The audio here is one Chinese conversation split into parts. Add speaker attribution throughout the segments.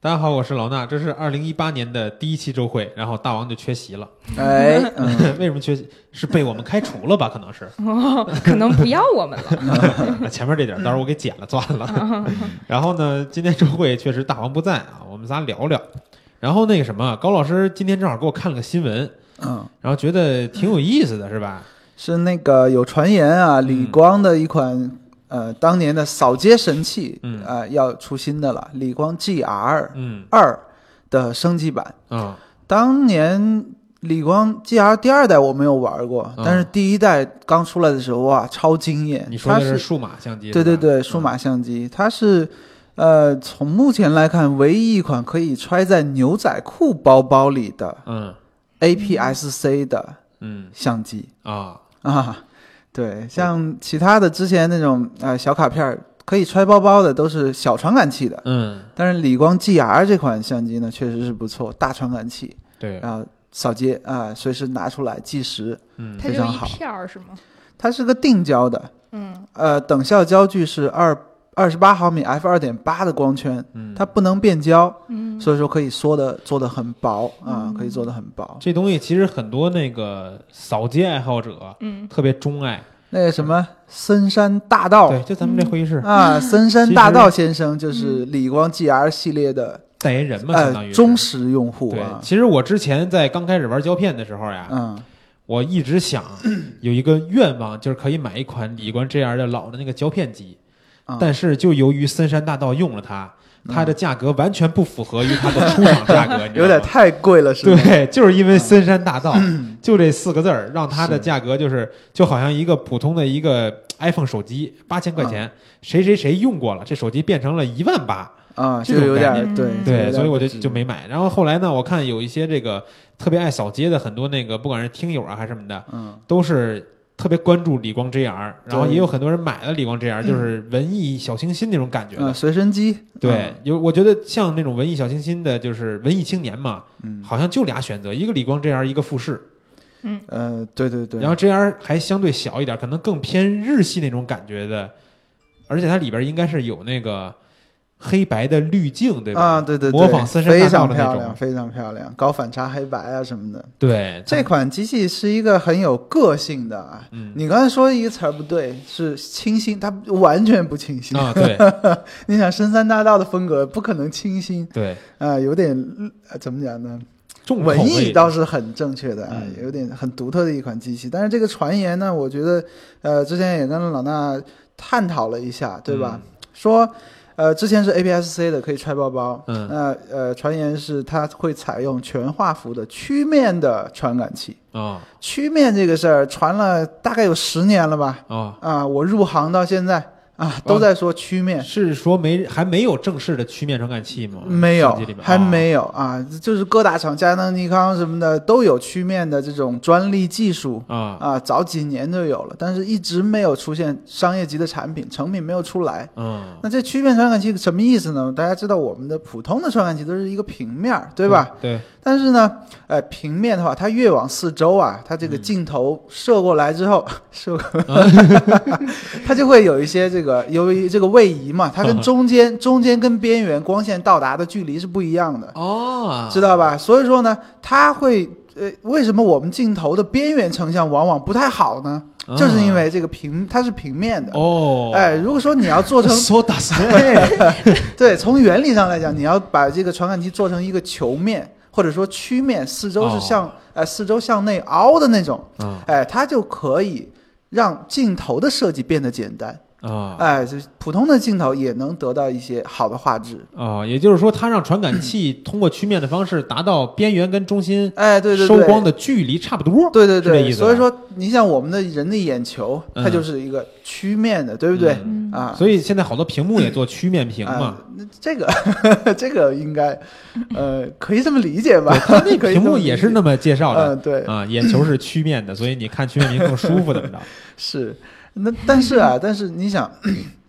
Speaker 1: 大家好，我是老衲，这是二零一八年的第一期周会，然后大王就缺席了。
Speaker 2: 哎，嗯
Speaker 1: 为什么缺席？是被我们开除了吧？可能是。哎
Speaker 3: 哦， 可能不要我们了。
Speaker 1: 那前面这点儿到时候我给剪了算 了。然后呢，今天周会确实大王不在啊，我们仨聊聊。然后那个什么，高老师今天正好给我看了个新闻，
Speaker 2: 嗯，
Speaker 1: 然后觉得挺有意思的，是吧？
Speaker 2: 是那个有传言啊，
Speaker 1: 嗯
Speaker 2: 理光的一款、呃当年的扫街神器，
Speaker 1: 嗯
Speaker 2: 啊、要出新的了，理光 GR
Speaker 1: 嗯
Speaker 2: 二的升级版。
Speaker 1: 啊
Speaker 2: 当年理光 GR 第二代我没有玩过，
Speaker 1: 嗯
Speaker 2: 但是第一代刚出来的时候哇，超惊艳。
Speaker 1: 你说的嗯
Speaker 2: 它
Speaker 1: 是
Speaker 2: 是
Speaker 1: 数码相机？
Speaker 2: 对对
Speaker 1: 是吧
Speaker 2: 对，数。码相机，它是，呃，从目前来看，唯一一款可以揣在牛仔裤包包里的
Speaker 1: 嗯
Speaker 2: APS-C 的
Speaker 1: 嗯
Speaker 2: 相机
Speaker 1: 啊
Speaker 2: 啊。对，像其他的之前那种呃小卡片儿可以揣包包的，都是小传感器的。
Speaker 1: 嗯，
Speaker 2: 但是理光 GR 这款相机呢，确实是不错，大传感器，
Speaker 1: 对，
Speaker 2: 然后扫街啊、随时拿出来计时。
Speaker 1: 嗯
Speaker 3: 它
Speaker 2: 非
Speaker 3: 就
Speaker 2: 常
Speaker 3: 一
Speaker 2: 好
Speaker 3: 片儿是吗？
Speaker 2: 它是个定焦的，
Speaker 3: 嗯，
Speaker 2: 呃，等效焦距是二二十八毫米 f 二点八的光圈，
Speaker 1: 嗯，
Speaker 2: 它不能变焦，
Speaker 3: 嗯
Speaker 2: 所以说可以缩的做的很薄啊、
Speaker 3: 嗯
Speaker 2: 可以做的很薄。
Speaker 1: 这东西其实很多那个扫街爱好者
Speaker 3: 嗯，
Speaker 1: 特别钟爱。
Speaker 2: 那个什么森山大道
Speaker 1: 对，就咱们这会议室
Speaker 2: 啊，森山大道先生就是理光 GR 系列的、
Speaker 1: 代言人嘛，嗯相当于
Speaker 2: 呃
Speaker 1: 是
Speaker 2: 忠实用户
Speaker 1: 对，
Speaker 2: 啊，
Speaker 1: 其实我之前在刚开始玩胶片的时候呀，
Speaker 2: 嗯
Speaker 1: 我一直 想有一个愿望，就是可以买一款理光 GR 的老的那个胶片机，
Speaker 2: 啊
Speaker 1: 但是就由于森山大道用了它，它的价格完全不符合于它的出厂价 格，你知道
Speaker 2: 嗯有
Speaker 1: 吗
Speaker 2: 点太贵了，是吗？
Speaker 1: 对，就是因为森山大道、就这四个字儿，让它的
Speaker 2: 是
Speaker 1: 价格就是就好像一个普通的一个 iPhone 手机八千块
Speaker 2: 嗯
Speaker 1: 钱，谁谁谁用过了，这手机变成了一万八，
Speaker 2: 啊，
Speaker 1: 这
Speaker 2: 就
Speaker 1: 种
Speaker 2: 有点
Speaker 3: 概念
Speaker 2: 对
Speaker 3: 嗯
Speaker 2: 有
Speaker 1: 对，
Speaker 2: 点
Speaker 1: 所以我就
Speaker 2: 不值
Speaker 1: 就没买。然后后来呢，我看有一些这个特别爱扫街的很多那个，不管是听友啊还是什么的，
Speaker 2: 嗯
Speaker 1: 都是特别关注理光 JR，然后
Speaker 2: 对
Speaker 1: 也有很多人买了理光 JR，就是文艺小清新那种感觉
Speaker 2: 嗯
Speaker 1: 的。
Speaker 2: 随身机
Speaker 1: 对，有我觉得像那种文艺小清新的，就是文艺青年嘛，
Speaker 2: 嗯
Speaker 1: 好像就俩选择，一个理光 JR，一个富士。
Speaker 2: 嗯呃对对对，
Speaker 1: 然后 JR 还相对小一点，可能更偏日系那种感觉的，而且它里边应该是有那个黑白的滤镜，对吧？
Speaker 2: 啊，对对对，
Speaker 1: 模仿森山
Speaker 2: 非
Speaker 1: 大道
Speaker 2: 常
Speaker 1: 的那
Speaker 2: 漂
Speaker 1: 种
Speaker 2: 亮，。非常漂亮，搞反差黑白啊什么的。
Speaker 1: 对，
Speaker 2: 这款机器是一个很有个性的啊。
Speaker 1: 嗯
Speaker 2: 你刚才说一个词儿不对，是清新，它完全不清新。
Speaker 1: 啊，对
Speaker 2: 你想深山大道的风格不可能清新
Speaker 1: 对，
Speaker 2: 啊、有点、呃怎么讲呢？
Speaker 1: 重口
Speaker 2: 文艺
Speaker 1: 味
Speaker 2: 倒是很正确的啊，
Speaker 1: 嗯
Speaker 2: 有点很独特的一款机器。但是这个传言呢，我觉得呃之前也跟老衲探讨了一下，对吧？
Speaker 1: 嗯
Speaker 2: 说呃之前是 APS-C 的，可以揣包包，
Speaker 1: 嗯
Speaker 2: 那呃，传言是它会采用全画幅的曲面的传感器。
Speaker 1: 啊
Speaker 2: 曲面这个事儿传了大概有十年了吧？
Speaker 1: 啊，
Speaker 2: 啊，我入行到现在啊，
Speaker 1: 哦
Speaker 2: 都在说曲面，
Speaker 1: 是说没还没有正式的曲面传感器吗？
Speaker 2: 没有
Speaker 1: 相嗯机里，面
Speaker 2: 还。
Speaker 1: 啊
Speaker 2: 没有啊，就是各大厂佳能、尼康什么的都有曲面的这种专利技术
Speaker 1: 啊
Speaker 2: 啊，早几年就有了，但是一直没有出现商业级的产品，成品没有出来。
Speaker 1: 嗯，
Speaker 2: 那这曲面传感器什么意思呢？大家知道我们的普通的传感器都是一个平面儿，对吧？？
Speaker 1: 对，
Speaker 2: 但是呢，呃，平面的话，它越往四周啊，它这个镜头射过来之后， 射过来，它就会有一些这个由于这个位移嘛，它跟中间、中间跟边缘光线到达的距离是不一样的，
Speaker 1: 哦，
Speaker 2: 知道吧？所以说呢，它会呃，为什么我们镜头的边缘成像往往不太好呢？
Speaker 1: 嗯
Speaker 2: 就是因为这个平它是平面的，
Speaker 1: 哦，啊
Speaker 2: 哎，如果说你要做成
Speaker 1: 说 打算，
Speaker 2: 对，从原理上来讲，你要把这个传感器做成一个球面，或者说曲面，四周
Speaker 1: 哦
Speaker 2: 是向、呃四周向内凹的那种，
Speaker 1: 啊
Speaker 2: 哎、它就可以让镜头的设计变得简单，
Speaker 1: 啊
Speaker 2: 哎、就是普通的镜头也能得到一些好的画质。
Speaker 1: 啊，也就是说，它让传感器通过曲面的方式达到边缘跟中心
Speaker 2: 哎，对对
Speaker 1: 收
Speaker 2: 对，
Speaker 1: 光的距离差不多。
Speaker 2: 对对
Speaker 1: 是这意
Speaker 2: 对，
Speaker 1: 思吧
Speaker 2: 所以说你像我们的人的眼球，它
Speaker 1: 嗯
Speaker 2: 就是一个曲面的，对不对？
Speaker 1: 嗯
Speaker 2: 啊，
Speaker 1: 所以现在好多屏幕也做曲面屏
Speaker 2: 啊
Speaker 1: 嘛，，
Speaker 2: 那这个 这个应该，呃，可以这么理解吧？
Speaker 1: 那
Speaker 2: 可
Speaker 1: 屏
Speaker 2: 以这么
Speaker 1: 幕
Speaker 2: 理
Speaker 1: 也
Speaker 2: 解
Speaker 1: 是那么介绍的
Speaker 2: 嗯，对，
Speaker 1: 啊，眼球是曲面的，所以你看曲面屏更舒服，怎么着？
Speaker 2: 是，那但是啊，但是你想，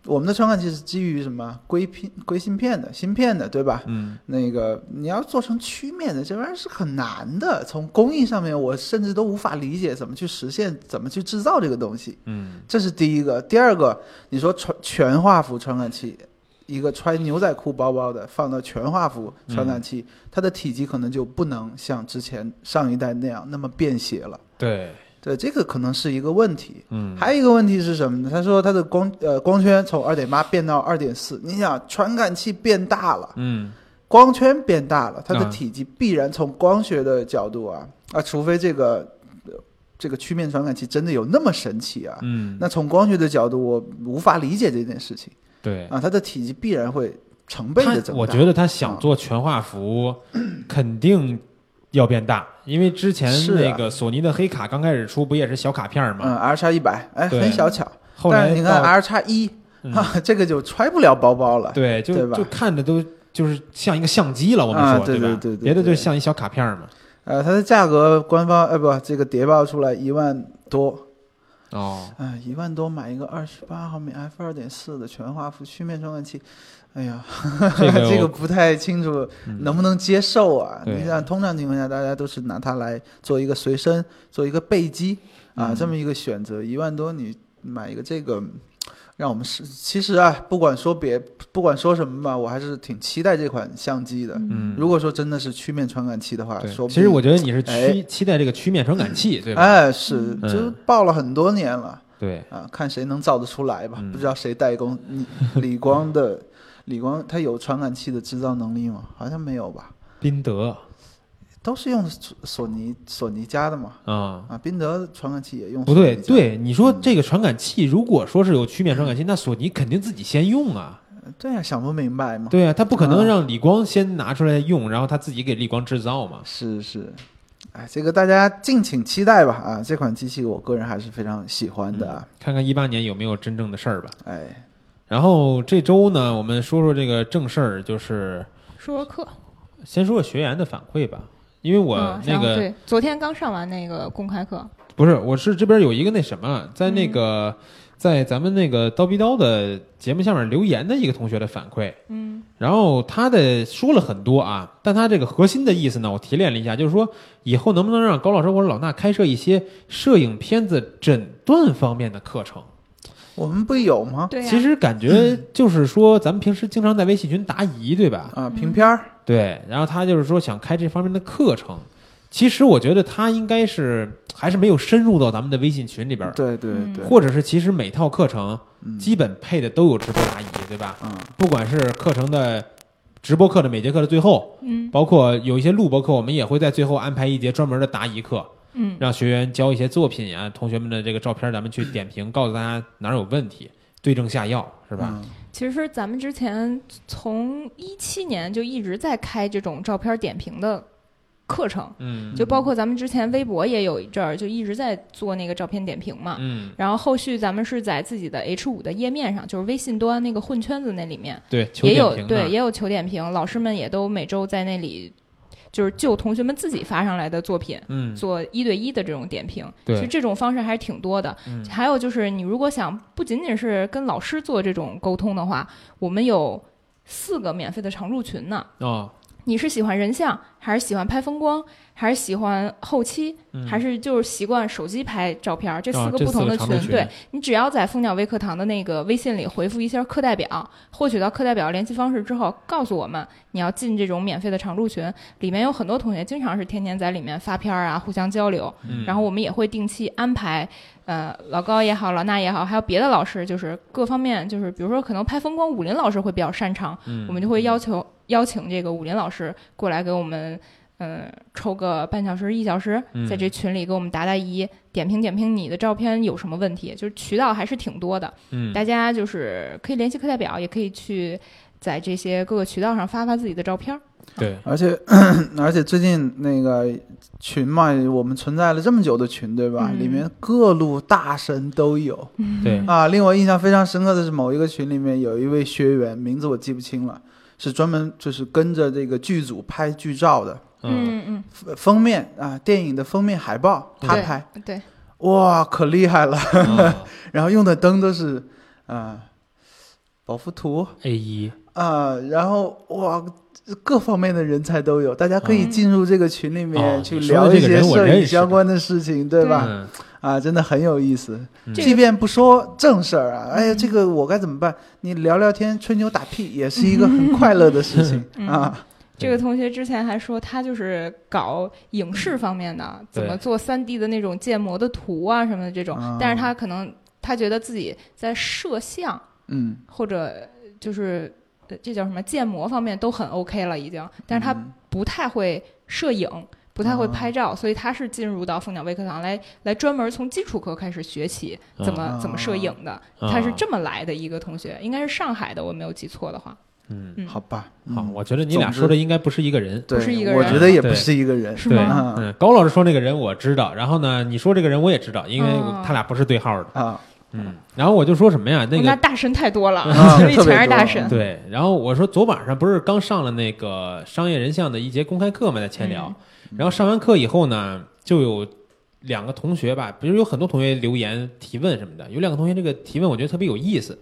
Speaker 2: 我们的传感器是基于什么硅片、硅芯片的、芯片的，对吧？
Speaker 1: 嗯
Speaker 2: 那个你要做成曲面的，这玩意儿是很难的。从工艺上面，我甚至都无法理解怎么去实现、怎么去制造这个东西。
Speaker 1: 嗯
Speaker 2: 这是第一个。第二个，你说传全画幅传感器，一个穿牛仔裤包包的放到全画幅传
Speaker 1: 嗯
Speaker 2: 感器，它的体积可能就不能像之前上一代那样那么便携了。
Speaker 1: 对，
Speaker 2: 对，这个可能是一个问题。
Speaker 1: 嗯，
Speaker 2: 还有一个问题是什么呢？他说它的光呃光圈从二点八变到二点四，你想传感器变大了，
Speaker 1: 嗯
Speaker 2: 光圈变大了，它的
Speaker 1: 嗯
Speaker 2: 体积必然从光学的角度啊啊，除非这个呃这个曲面传感器真的有那么神奇啊，
Speaker 1: 嗯，
Speaker 2: 那从光学的角度我无法理解这件事情
Speaker 1: 对。
Speaker 2: 啊，它的体积必然会成倍的
Speaker 1: 他
Speaker 2: 增大。
Speaker 1: 我觉得他
Speaker 2: 啊
Speaker 1: 想做全画幅，肯定要变大，因为之前
Speaker 2: 是啊
Speaker 1: 那个索尼的黑卡刚开始出不也是小卡片
Speaker 2: 嗯
Speaker 1: 吗？
Speaker 2: ，R 叉一百，哎，
Speaker 1: 对
Speaker 2: 很小巧，
Speaker 1: 后
Speaker 2: 但
Speaker 1: 来
Speaker 2: 是你看
Speaker 1: 到
Speaker 2: R 叉一
Speaker 1: 嗯
Speaker 2: 啊，这个就揣不了包包了。
Speaker 1: 对，
Speaker 2: 对
Speaker 1: 就
Speaker 2: 吧
Speaker 1: 就看着都就是像一个相机了，我
Speaker 2: 啊
Speaker 1: 们说
Speaker 2: 对
Speaker 1: 吧？
Speaker 2: 对对对
Speaker 1: 别的就
Speaker 2: 对
Speaker 1: 像一小卡片嘛。
Speaker 2: 呃，它的价格官方呃不，这个谍报出来一万多，
Speaker 1: 哦，
Speaker 2: 啊，一万多买一个二十八毫米 f 二点四的全画幅曲面传感器，哎呀，
Speaker 1: 这个
Speaker 2: 这个不太清楚
Speaker 1: 嗯
Speaker 2: 能不能接受啊？
Speaker 1: 对
Speaker 2: 你想，通常情况下大家都是拿它来做一个随身，做一个备机啊，这
Speaker 1: 嗯
Speaker 2: 么一个选择，一万多你买一个这个。让我们是，其实啊，不管说别，不管说什么吧，我还是挺期待这款相机的。
Speaker 1: 嗯，
Speaker 2: 如果说真的是曲面传感器的话，
Speaker 1: 对
Speaker 2: 啊说不
Speaker 1: 其实
Speaker 2: 定
Speaker 1: 我觉得你是
Speaker 2: 哎
Speaker 1: 期期待这个曲面传感器，对吧？
Speaker 2: 哎是，
Speaker 1: 嗯
Speaker 2: 就爆了很多年了。
Speaker 1: 对，
Speaker 2: 啊，看谁能造得出来吧。
Speaker 1: 嗯
Speaker 2: 不知道谁代工，你李光的 李光他有传感器的制造能力吗？好像没有吧，
Speaker 1: 宾得
Speaker 2: 都是用索索尼索尼家的嘛。
Speaker 1: 啊，
Speaker 2: 啊，宾得传感器也用
Speaker 1: 不
Speaker 2: 索尼
Speaker 1: 对，
Speaker 2: 家，
Speaker 1: 对，你
Speaker 3: 嗯
Speaker 1: 说这个传感器，如果说是有曲面传感器，那索尼肯定自己先用啊。
Speaker 2: 对呀、想不明白
Speaker 3: 嗯
Speaker 2: 嘛。
Speaker 1: 对啊，他不可能
Speaker 2: 啊
Speaker 1: 让理光先拿出来用，然后他自己给力光制造嘛。
Speaker 2: 是是，哎，这个大家敬请期待吧。啊，这款机器我个人还是非常喜欢的啊。
Speaker 1: 看看一八年有没有真正的事儿吧。
Speaker 2: 哎，
Speaker 1: 然后这周呢，我们说说这个正事儿，就是
Speaker 3: 说说课，
Speaker 1: 先说说学员的反馈吧。因为我
Speaker 3: 嗯，
Speaker 1: 那
Speaker 3: 然后
Speaker 1: 个、
Speaker 3: 对，昨天刚上完那个公开课，
Speaker 1: 不是，我是这边有一个那什么，在那个、
Speaker 3: 嗯
Speaker 1: 在咱们那个刀逼刀的节目下面留言的一个同学的反馈，
Speaker 3: 嗯
Speaker 1: 然后他的说了很多啊，但他这个核心的意思呢，我提炼了一下，就是说以后能不能让高老师或者老衲开设一些摄影片子诊断方面的课程？
Speaker 2: 我们不有吗？
Speaker 3: 对呀、
Speaker 1: 啊其实感觉就是说，咱们平时经常在微信群答疑，对吧？
Speaker 2: 啊，评片儿，
Speaker 1: 对，然后他就是说想开这方面的课程。其实我觉得他应该是还是没有深入到咱们的微信群里边儿，
Speaker 2: 对对
Speaker 3: 嗯
Speaker 2: 对，
Speaker 1: 或者是其实每套课程
Speaker 2: 嗯
Speaker 1: 基本配的都有直播答疑，对吧？
Speaker 2: 嗯
Speaker 1: 不管是课程的直播课的每节课的最后，
Speaker 3: 嗯
Speaker 1: 包括有一些录播课，我们也会在最后安排一节专门的答疑课，
Speaker 3: 嗯
Speaker 1: 让学员交一些作品啊，同学们的这个照片，咱们去点评，告诉大家哪儿有问题，对症下药，是吧？？
Speaker 2: 嗯
Speaker 3: 其实咱们之前从一七年就一直在开这种照片点评的课程，
Speaker 1: 嗯
Speaker 3: 就包括咱们之前微博也有一阵儿就一直在做那个照片点评嘛。
Speaker 1: 嗯，
Speaker 3: 然后后续咱们是在自己的 H 五的页面上，就是微信端那个混圈子那里面
Speaker 1: 对，求
Speaker 3: 也
Speaker 1: 点
Speaker 3: 有
Speaker 1: 评啊
Speaker 3: 对
Speaker 1: 呢
Speaker 3: 也有求点评，老师们也都每周在那里就是就同学们自己发上来的作品
Speaker 1: 嗯
Speaker 3: 做一对一的这种点评。
Speaker 1: 对
Speaker 3: 其实这种方式还是挺多的。
Speaker 1: 嗯
Speaker 3: 还有就是，你如果想不仅仅是跟老师做这种沟通的话，我们有四个免费的常驻群呢。
Speaker 1: 哦，
Speaker 3: 你是喜欢人像，还是喜欢拍风光，还是喜欢后期，
Speaker 1: 嗯
Speaker 3: 还是就是习惯手机拍照片儿？这
Speaker 1: 啊
Speaker 3: 四个
Speaker 1: 这
Speaker 3: 不
Speaker 1: 四
Speaker 3: 同
Speaker 1: 个
Speaker 3: 的
Speaker 1: 常
Speaker 3: 群，
Speaker 1: 驻群
Speaker 3: 对你只要在蜂鸟微课堂的那个微信里回复一下课代表，获取到课代表联系方式之后，告诉我们你要进这种免费的常驻群，里面有很多同学经常是天天在里面发片儿啊，互相交流。
Speaker 1: 嗯
Speaker 3: 然后我们也会定期安排，呃，老高也好，老衲也好，还有别的老师，就是各方面，就是比如说可能拍风光，武林老师会比较擅长，
Speaker 1: 嗯
Speaker 3: 我们就会要求邀请这个武林老师过来给我们，呃，抽个半小时一小时
Speaker 1: 嗯，
Speaker 3: 在这群里给我们答答疑，点评点评你的照片有什么问题，就是渠道还是挺多的，
Speaker 1: 嗯
Speaker 3: 大家就是可以联系课代表，也可以去在这些各个渠道上发发自己的照片儿。
Speaker 1: 对
Speaker 2: 而且 而且最近那个群嘛，我们存在了这么久的群，对吧？
Speaker 3: 嗯
Speaker 2: 里面各路大神都有
Speaker 1: 对
Speaker 2: 啊。令我印象非常深刻的是，某一个群里面有一位学员，名字我记不清了，是专门就是跟着这个剧组拍剧照的，
Speaker 1: 嗯
Speaker 3: 嗯
Speaker 2: 呃封面啊，电影的封面海报他
Speaker 3: 对
Speaker 2: 拍，
Speaker 3: 嗯，对，
Speaker 2: 哇，可厉害了。
Speaker 1: 啊
Speaker 2: 然后用的灯都是啊、呃宝福图
Speaker 1: A 一
Speaker 2: 啊、然后哇，各方面的人才都有，大家可以
Speaker 3: 嗯
Speaker 2: 进入这个群里
Speaker 1: 哦
Speaker 2: 面
Speaker 1: 你
Speaker 2: 去
Speaker 1: 说的
Speaker 2: 聊
Speaker 1: 这
Speaker 2: 一
Speaker 1: 个
Speaker 2: 些
Speaker 1: 人我
Speaker 2: 摄
Speaker 1: 认
Speaker 2: 影
Speaker 1: 识
Speaker 2: 相关的事情，对吧？
Speaker 1: 嗯
Speaker 2: 啊，真的很有意思。
Speaker 1: 嗯
Speaker 2: 即便不说正事儿啊，哎呀，这个我该怎么办？你聊聊天，吹牛打屁，也是一个很快乐的事 情
Speaker 3: 嗯
Speaker 2: 啊。
Speaker 3: 这个同学之前还说，他就是搞影视方面的，怎么
Speaker 1: 对
Speaker 3: 做三 D 的那种建模的图啊什么的这种，
Speaker 2: 啊
Speaker 3: 但是他可能他觉得自己在摄像
Speaker 2: 嗯，
Speaker 3: 或者就是呃这叫什么建模方面都很 OK 了已经，但是他
Speaker 2: 嗯
Speaker 3: 不太会摄影，不太会
Speaker 2: 啊
Speaker 1: 哦
Speaker 3: 拍照，所以他是进入到蜂鸟微课堂来来专门从基础课开始学起
Speaker 1: 嗯
Speaker 3: 怎么、
Speaker 2: 啊
Speaker 3: 怎么摄影的，
Speaker 1: 啊
Speaker 3: 他是这么来的一个同学，应该是上海的，我没有记错的话，
Speaker 1: 嗯，
Speaker 3: 嗯，
Speaker 2: 好吧，嗯
Speaker 1: 好，我觉得你俩
Speaker 2: 总之
Speaker 1: 说的应该不是一个人。
Speaker 2: 对
Speaker 3: 不是一个人
Speaker 2: 我觉得也
Speaker 1: 对
Speaker 2: 不是一个人。
Speaker 3: 是
Speaker 1: 对
Speaker 3: 吗？
Speaker 2: 啊
Speaker 1: 嗯，高老师说那个人我知道，然后呢，你说这个人我也知道，因为
Speaker 3: 哦
Speaker 1: 他俩不是对号的。
Speaker 2: 啊，
Speaker 1: 嗯，然后我就说什么呀？那
Speaker 3: 哦
Speaker 1: 个嗯
Speaker 3: 那大神太多了，
Speaker 2: 啊
Speaker 3: 群里
Speaker 2: 特别
Speaker 3: 全是大
Speaker 2: 多
Speaker 3: 神。
Speaker 1: 对，然后我说昨晚上不是刚上了那个商业人像的一节公开课嘛，在前聊，然后上完课以后呢，就有两个同学吧，比如有很多同学留言提问什么的，有两个同学这个提问我觉得特别有意思，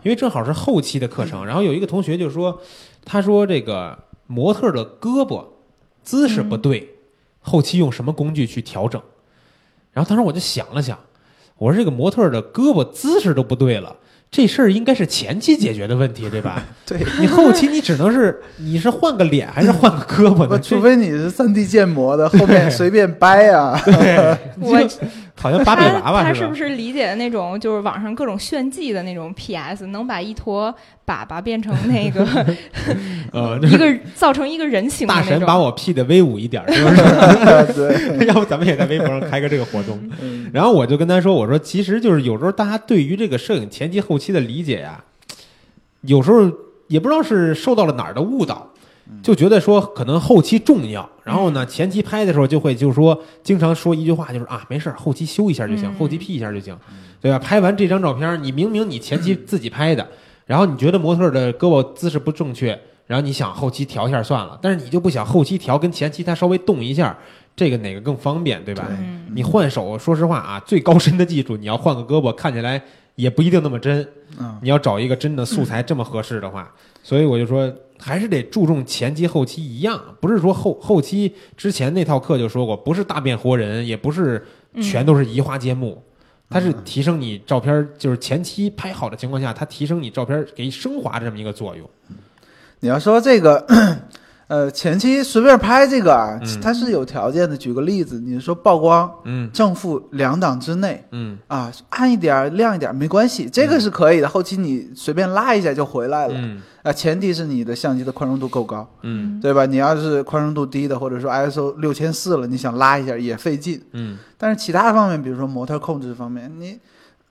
Speaker 1: 因为正好是后期的课程，然后有一个同学就说，他说这个模特的胳膊姿势不对，后期用什么工具去调整？然后当时我就想了想，我说这个模特的胳膊姿势都不对了。这事儿应该是前期解决的问题，对吧？
Speaker 2: 对，
Speaker 1: 你后期你只能是你是换个脸还是换个胳膊
Speaker 2: 不，
Speaker 1: 呢？
Speaker 2: 除非你是三 D 建模的，后面随便掰啊。
Speaker 1: 我
Speaker 3: 我
Speaker 1: 好像芭比娃
Speaker 3: 他
Speaker 1: 娃
Speaker 3: 他是
Speaker 1: 吧
Speaker 3: 不？是理解的那种，就是网上各种炫技的那种 PS，能把一坨粑粑变成那个
Speaker 1: 呃，就
Speaker 3: 一
Speaker 1: 是
Speaker 3: 个造成一个人形的
Speaker 1: 大
Speaker 3: 那
Speaker 1: 神
Speaker 3: 种？
Speaker 1: 把我 P 的威武一点儿，是不是？
Speaker 2: 对，
Speaker 1: 要不咱们也在微博上开个这个活动。
Speaker 2: 嗯
Speaker 1: 然后我就跟他说：“我说，其实就是有时候大家对于这个摄影前期后期的理解呀、有时候也不知道是受到了哪儿的误导，就觉得说可能后期重要，然后呢前期拍的时候就会就是说经常说一句话，就是啊没事儿，后期修一下就行，
Speaker 3: 嗯
Speaker 1: 后期 P 一下就行，对吧？拍完这张照片，你明明你前期自己拍的，然后你觉得模特的胳膊姿势不正确。”然后你想后期调一下算了，但是你就不想后期调跟前期它稍微动一下，这个哪个更方便，对吧？
Speaker 2: 对
Speaker 3: 嗯，
Speaker 1: 你换手，说实话啊，最高深的技术，你要换个胳膊，看起来也不一定那么真。
Speaker 2: 嗯，
Speaker 1: 你要找一个真的素材这么合适的话，所以我就说，还是得注重前期后期一样，不是说后后期之前那套课就说过，不是大变活人，也不是
Speaker 2: 嗯
Speaker 1: 全都是移花接木，它是提升你照片，就是前期拍好的情况下，它提升你照片给升华这么一个作用。
Speaker 2: 你要说这个。 呃，前期随便拍这个啊
Speaker 1: 嗯，
Speaker 2: 它是有条件的。举个例子，你说曝光
Speaker 1: 嗯
Speaker 2: 正负两档之内
Speaker 1: 嗯
Speaker 2: 啊，暗一点儿亮一点儿没关系，这个是可以的。后期你随便拉一下就回来了啊、
Speaker 1: 嗯
Speaker 2: 前提是你的相机的宽容度够高，
Speaker 1: 嗯
Speaker 2: 对吧？你要是宽容度低的，或者说 ISO 六千四了，你想拉一下也费劲。
Speaker 1: 嗯
Speaker 2: 但是其他方面，比如说模特控制方面，你，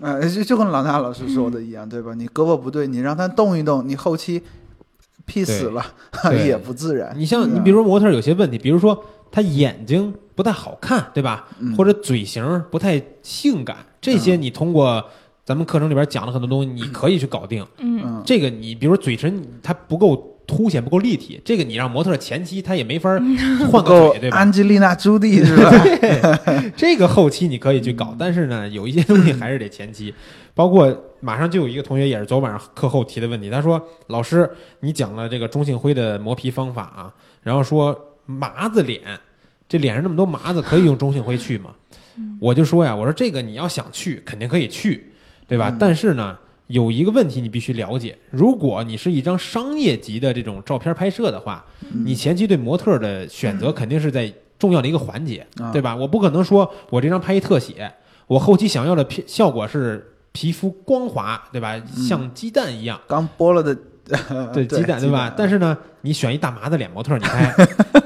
Speaker 2: 呃，就就跟老衲老师说的一样，对
Speaker 1: 嗯
Speaker 2: 吧？你胳膊不对，你让它动一动，你后期 P 死了
Speaker 1: 对
Speaker 2: 也不自然。
Speaker 1: 你像你比如说模特有些问题，比如说他眼睛不太好看，对吧？
Speaker 2: 嗯
Speaker 1: 或者嘴型不太性感，这些你通过咱们课程里边讲了很多东西，你可以去搞定。
Speaker 3: 嗯
Speaker 2: 嗯，
Speaker 1: 这个你比如说嘴唇它不够凸显，不够立体，这个你让模特前期他也没法儿
Speaker 2: 嗯
Speaker 1: 换个
Speaker 2: 够
Speaker 1: 嗯嘴，对吧
Speaker 2: 安？吉丽娜朱棣是吧？
Speaker 1: 这个后期你可以去搞，但是呢，有一些东西还是得前期，包括马上就有一个同学也是昨晚上课后提的问题，他说：“老师，你讲了这个中性灰的磨皮方法啊，然后说麻子脸，这脸上那么多麻子，可以用中性灰去吗？”
Speaker 2: 嗯
Speaker 1: 我就说呀，我说这个你要想去，肯定可以去，对吧？
Speaker 2: 嗯
Speaker 1: 但是呢。有一个问题你必须了解，如果你是一张商业级的这种照片拍摄的话，
Speaker 2: 嗯
Speaker 1: 你前期对模特的选择肯定是在重要的一个环节，
Speaker 2: 啊
Speaker 1: 对吧？我不可能说我这张拍一特写，我后期想要的皮效果是皮肤光滑，对吧？
Speaker 2: 嗯
Speaker 1: 像鸡蛋一样，
Speaker 2: 刚剥了的，
Speaker 1: 啊对鸡蛋，对吧？但
Speaker 2: 是
Speaker 1: 是呢，你选一大麻子脸模特，你 拍，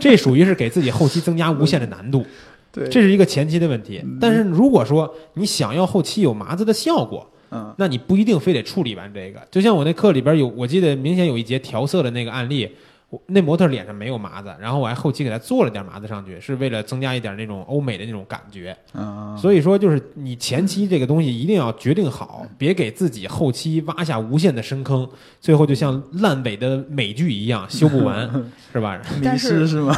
Speaker 1: 这属于是给自己后期增加无限的难度，
Speaker 2: 对，
Speaker 1: 这是一个前期的问题。但是如果说你想要后期有麻子的效果，
Speaker 2: 嗯
Speaker 1: 那你不一定非得处理完这个。就像我那课里边有，我记得明显有一节调色的那个案例，我那模特脸上没有麻子，然后我还后期给他做了点麻子上去，是为了增加一点那种欧美的那种感觉。
Speaker 2: 嗯，
Speaker 1: 所以说，就是你前期这个东西一定要决定好，别给自己后期挖下无限的深坑，最后就像烂尾的美剧一样修不完，是吧？
Speaker 2: 迷
Speaker 3: 但
Speaker 2: 失
Speaker 3: 是
Speaker 2: 是吗？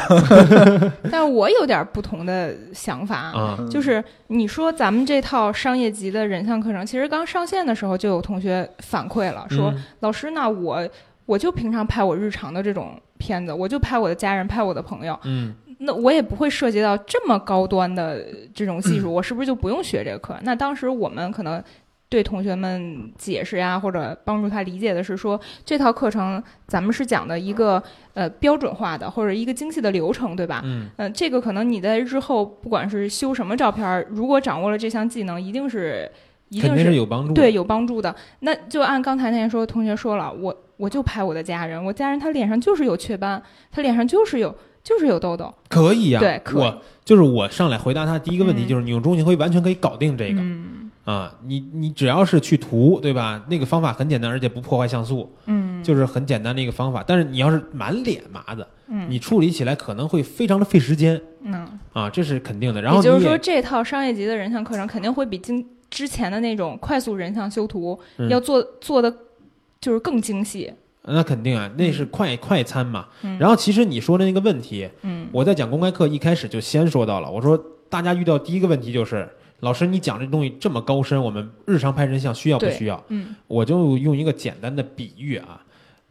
Speaker 3: 但我有点不同的想法，
Speaker 1: 啊，
Speaker 2: 嗯
Speaker 3: 就是你说咱们这套商业级的人像课程，其实刚上线的时候就有同学反馈了，说、
Speaker 1: 嗯
Speaker 3: 老师，那我我就平常拍我日常的这种片子，我就拍我的家人，拍我的朋友，
Speaker 1: 嗯，
Speaker 3: 那我也不会涉及到这么高端的这种技
Speaker 1: 嗯
Speaker 3: 术，我是不是就不用学这个课？那当时我们可能对同学们解释呀，或者帮助他理解的是说，这套课程咱们是讲的一个呃标准化的或者一个精细的流程，对吧？
Speaker 1: 嗯，
Speaker 3: 嗯、这个可能你在日后不管是修什么照片儿，如果掌握了这项技能，一定是一
Speaker 1: 嗯肯
Speaker 3: 定
Speaker 1: 定
Speaker 3: 是
Speaker 1: 有帮助的。
Speaker 3: 对有帮助的。那就按刚才那说，同学说了，我我就拍我的家人，我家人他脸上就是有雀斑，他脸上就是有就是有痘痘，
Speaker 1: 可以呀、
Speaker 3: 对可以
Speaker 1: 我就是我上来回答他第一个问题
Speaker 3: 嗯
Speaker 1: 就是，你用中性灰完全可以搞定这个
Speaker 3: 嗯
Speaker 1: 啊、你你只要是去涂，对吧？那个方法很简单，而且不破坏像素，
Speaker 3: 嗯，
Speaker 1: 就是很简单的一个方法。但是你要是满脸麻子，
Speaker 3: 嗯
Speaker 1: 你处理起来可能会非常的费时间
Speaker 3: 嗯，
Speaker 1: 啊，这是肯定的。然后
Speaker 3: 也就是
Speaker 1: 你
Speaker 3: 说，
Speaker 1: 也
Speaker 3: 这套商业级的人像课程肯定会比今之前的那种快速人像修图、
Speaker 1: 嗯
Speaker 3: 要做做的就是更精细，
Speaker 1: 那肯定啊，那是快、快餐嘛。
Speaker 3: 嗯
Speaker 1: 然后其实你说的那个问题，
Speaker 3: 嗯
Speaker 1: 我在讲公开课一开始就先说到了，我说大家遇到第一个问题就是，老师你讲这东西这么高深，我们日常拍人像需要不
Speaker 3: 对
Speaker 1: 需要？
Speaker 3: 嗯
Speaker 1: 我就用一个简单的比喻啊，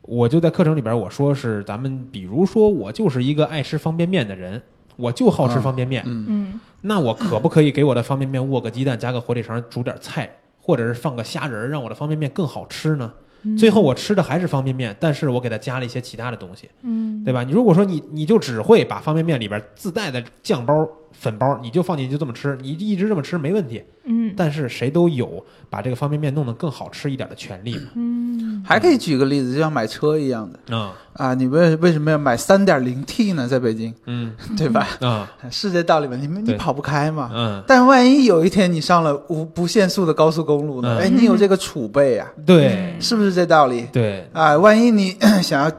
Speaker 1: 我就在课程里边我说是咱们，比如说我就是一个爱吃方便面的人，我就好吃方便面，
Speaker 2: 嗯，
Speaker 3: 嗯
Speaker 1: 那我可不可以给我的方便面卧个鸡蛋，加个火腿肠，煮点菜，或者是放个虾仁儿，让我的方便面更好吃呢？
Speaker 3: 嗯
Speaker 1: 嗯最后我吃的还是方便面，但是我给它加了一些其他的东西，
Speaker 3: 嗯
Speaker 1: 对吧？你如果说你你就只会把方便面里边自带的酱包、粉包，你就放进去就这么吃，你一直这么吃没问题。
Speaker 3: 嗯
Speaker 1: 但是谁都有把这个方便面弄得更好吃一点的权利嘛？
Speaker 3: 嗯
Speaker 2: 还可以举个例子，就像买车一样的
Speaker 1: 啊，
Speaker 2: 啊，你为为什么要买三点零 T 呢？在北京，
Speaker 1: 嗯
Speaker 2: 对吧？
Speaker 1: 啊
Speaker 2: 是这道理吧？你们你
Speaker 1: 对
Speaker 2: 跑不开嘛。
Speaker 1: 嗯，
Speaker 2: 但万一有一天你上了无不限速的高速公路
Speaker 1: 嗯
Speaker 2: 呢？哎，你有这个储备啊，
Speaker 1: 对
Speaker 3: 嗯
Speaker 2: 是不是这道理？
Speaker 1: 对，
Speaker 2: 啊，万一你 想要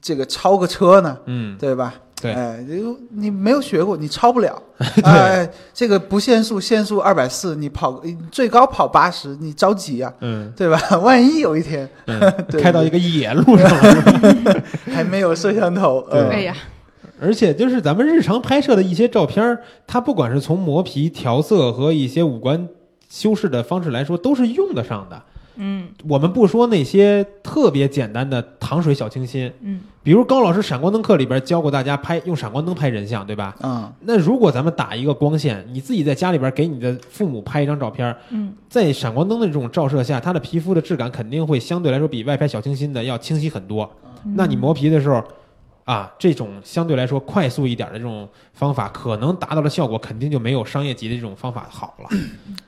Speaker 2: 这个超个车呢，
Speaker 1: 嗯
Speaker 2: 对吧？
Speaker 1: 对，
Speaker 2: 哎，你你没有学过，你超 不了。哎，这个不限速，限速二百四，你跑最高跑八十，你着急啊，
Speaker 1: 嗯
Speaker 2: 对吧？ 万一有一天
Speaker 1: 嗯，
Speaker 2: 对
Speaker 1: 开到一个野路上了。
Speaker 2: 还没有摄像头，
Speaker 1: 对
Speaker 3: 哎
Speaker 2: 呃，
Speaker 3: 呀，
Speaker 1: 而且就是咱们日常拍摄的一些照片儿，它不管是从磨皮、调色和一些五官修饰的方式来说，都是用得上的。
Speaker 3: 嗯
Speaker 1: 我们不说那些特别简单的糖水小清新，
Speaker 3: 嗯
Speaker 1: 比如高老师闪光灯课里边教过大家拍用闪光灯拍人像，对吧？
Speaker 2: 嗯，
Speaker 1: 那如果咱们打一个光线，你自己在家里边给你的父母拍一张照片儿，
Speaker 3: 嗯
Speaker 1: 在闪光灯的这种照射下，它的皮肤的质感肯定会相对来说比外拍小清新的要清晰很多。
Speaker 3: 嗯
Speaker 1: 那你磨皮的时候，啊，这种相对来说快速一点的这种方法，可能达到的效果肯定就没有商业级的这种方法好了。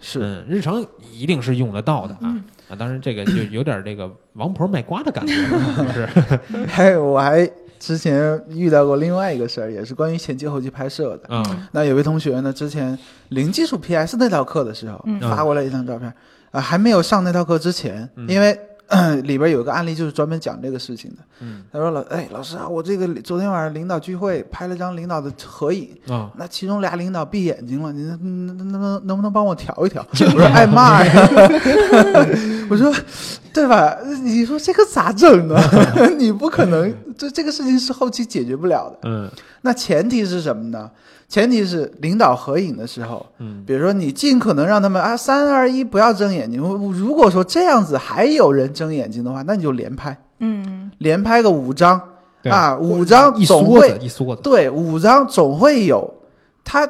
Speaker 2: 是
Speaker 1: 嗯，日常一定是用得到的啊。
Speaker 3: 嗯
Speaker 1: 啊，当然这个就有点这个王婆卖瓜的感觉了，是不是？ 嗯
Speaker 2: 还我还之前遇到过另外一个事儿，也是关于前期后期拍摄的。
Speaker 1: 嗯
Speaker 2: 那有位同学呢，之前零基础 PS 那套课的时候，
Speaker 3: 嗯
Speaker 2: 发过来一张照片，啊、还没有上那套课之前，
Speaker 1: 嗯
Speaker 2: 因为、 呃里边有个案例就是专门讲这个事情的。
Speaker 1: 嗯
Speaker 2: 他说老，哎，老师啊，我这个昨天晚上领导聚会拍了张领导的合影，
Speaker 1: 啊，
Speaker 2: 那其中俩领导闭眼睛了，你能能能能能不能帮我调一调？我说挨 骂呀，我说对吧？你说这个咋整呢？ 你不可能，这这个事情是后期解决不了的。
Speaker 1: 嗯
Speaker 2: 那前提是什么呢？前提是领导合影的时候，
Speaker 1: 嗯
Speaker 2: 比如说你尽可能让他们啊三二一不要睁眼睛。如果说这样子还有人睁眼睛的话，那你就连拍，
Speaker 3: 嗯
Speaker 2: 连拍个五张
Speaker 1: 对
Speaker 2: 啊，五张
Speaker 1: 一
Speaker 2: 总
Speaker 1: 梭
Speaker 2: 会
Speaker 1: 子一梭子，
Speaker 2: 对五张总会有他。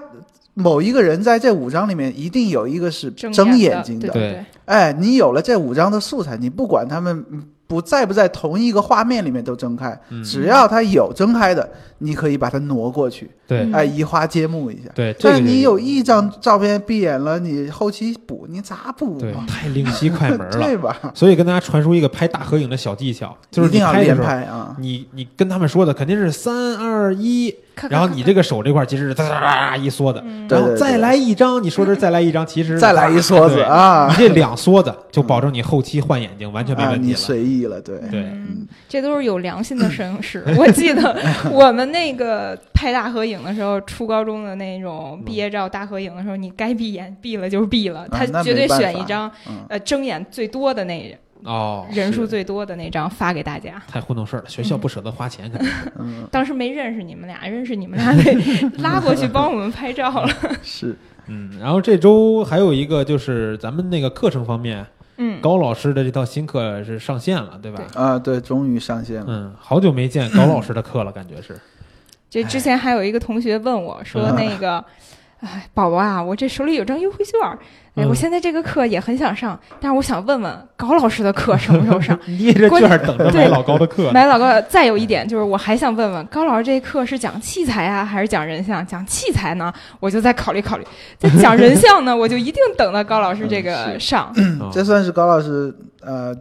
Speaker 2: 某一个人在这五张里面，一定有一个是睁眼睛
Speaker 3: 的，
Speaker 2: 的。
Speaker 1: 对
Speaker 3: 对对，
Speaker 2: 哎，你有了这五张的素材，你不管他们嗯不在不在同一个画面里面都睁开，
Speaker 1: 嗯
Speaker 2: 只要他有睁开的，你可以把它挪过去，
Speaker 1: 对
Speaker 3: 嗯
Speaker 2: 哎，移花接木一下。
Speaker 1: 对，这
Speaker 2: 但
Speaker 1: 个
Speaker 2: 是
Speaker 1: 就
Speaker 2: 你有一张照片闭眼了，你后期补你咋补
Speaker 1: 对
Speaker 2: 嘛？
Speaker 1: 太另吸快门了。
Speaker 2: 对吧？
Speaker 1: 所以跟大家传输一个拍大合影的小技巧，就是
Speaker 2: 一定
Speaker 1: 你
Speaker 2: 要
Speaker 1: 拍的
Speaker 2: 连
Speaker 1: 时候，
Speaker 2: 拍啊！
Speaker 1: 你你跟他们说的肯定是三二一，
Speaker 3: 咔咔
Speaker 1: 然后
Speaker 3: 咔
Speaker 1: 你
Speaker 3: 咔
Speaker 1: 这个手这块其实是哒哒哒哒一缩的，
Speaker 3: 嗯
Speaker 1: 然
Speaker 2: 对
Speaker 1: 后
Speaker 2: 对对
Speaker 1: 再来一张，你说这是再来一张，其实是
Speaker 2: 再来一梭子
Speaker 1: 对
Speaker 2: 啊
Speaker 1: 你！这两梭子就保证你后期换眼睛完全没
Speaker 2: 啊，
Speaker 1: 问题
Speaker 2: 你
Speaker 1: 了。
Speaker 2: 随意了，对，
Speaker 1: 对
Speaker 3: 嗯，这都是有良心的绅士。我 记得我们那个拍大合影的时候，初高中的那
Speaker 2: 嗯
Speaker 3: 种毕业照大合影的时候，你该闭眼闭了就闭了，他
Speaker 2: 啊那
Speaker 3: 绝
Speaker 2: 没
Speaker 3: 对
Speaker 2: 办
Speaker 3: 选
Speaker 2: 法
Speaker 3: 一张
Speaker 2: 嗯，
Speaker 3: 呃睁眼最多的那人
Speaker 1: 哦，
Speaker 3: 人数
Speaker 2: 是
Speaker 3: 最多的那张发给大家。
Speaker 1: 太糊弄事儿了，学校不舍得花钱， 肯定
Speaker 2: 嗯，
Speaker 3: 当时没认识你们俩，认识你们俩 得拉过去帮我们拍照了。
Speaker 2: 是，
Speaker 1: 嗯，然后这周还有一个就是咱们那个课程方面，
Speaker 3: 嗯，
Speaker 1: 高老师的这套新课是上线了，对吧？
Speaker 3: 对
Speaker 2: 啊，对，终于上线了。
Speaker 1: 嗯，好久没见高老师的课了， 感觉是。哎
Speaker 3: 这之前还有一个同学问我说
Speaker 1: 嗯
Speaker 3: 那个。哎，宝宝啊，我这手里有张优惠券儿，哎，
Speaker 1: 嗯
Speaker 3: 我现在这个课也很想上，但是我想问问高老师的课什么时 候上？
Speaker 1: 捏着券儿等着买
Speaker 3: 对
Speaker 1: 老高的课呢。
Speaker 3: 买老高，再有一点就是，我还想问问高老师，这课是讲器材啊，还是讲人像？讲器材呢，我就再考虑考虑；再讲人像呢，我就一定等到高老师这个上。
Speaker 1: 啊
Speaker 2: 这算是高老师呃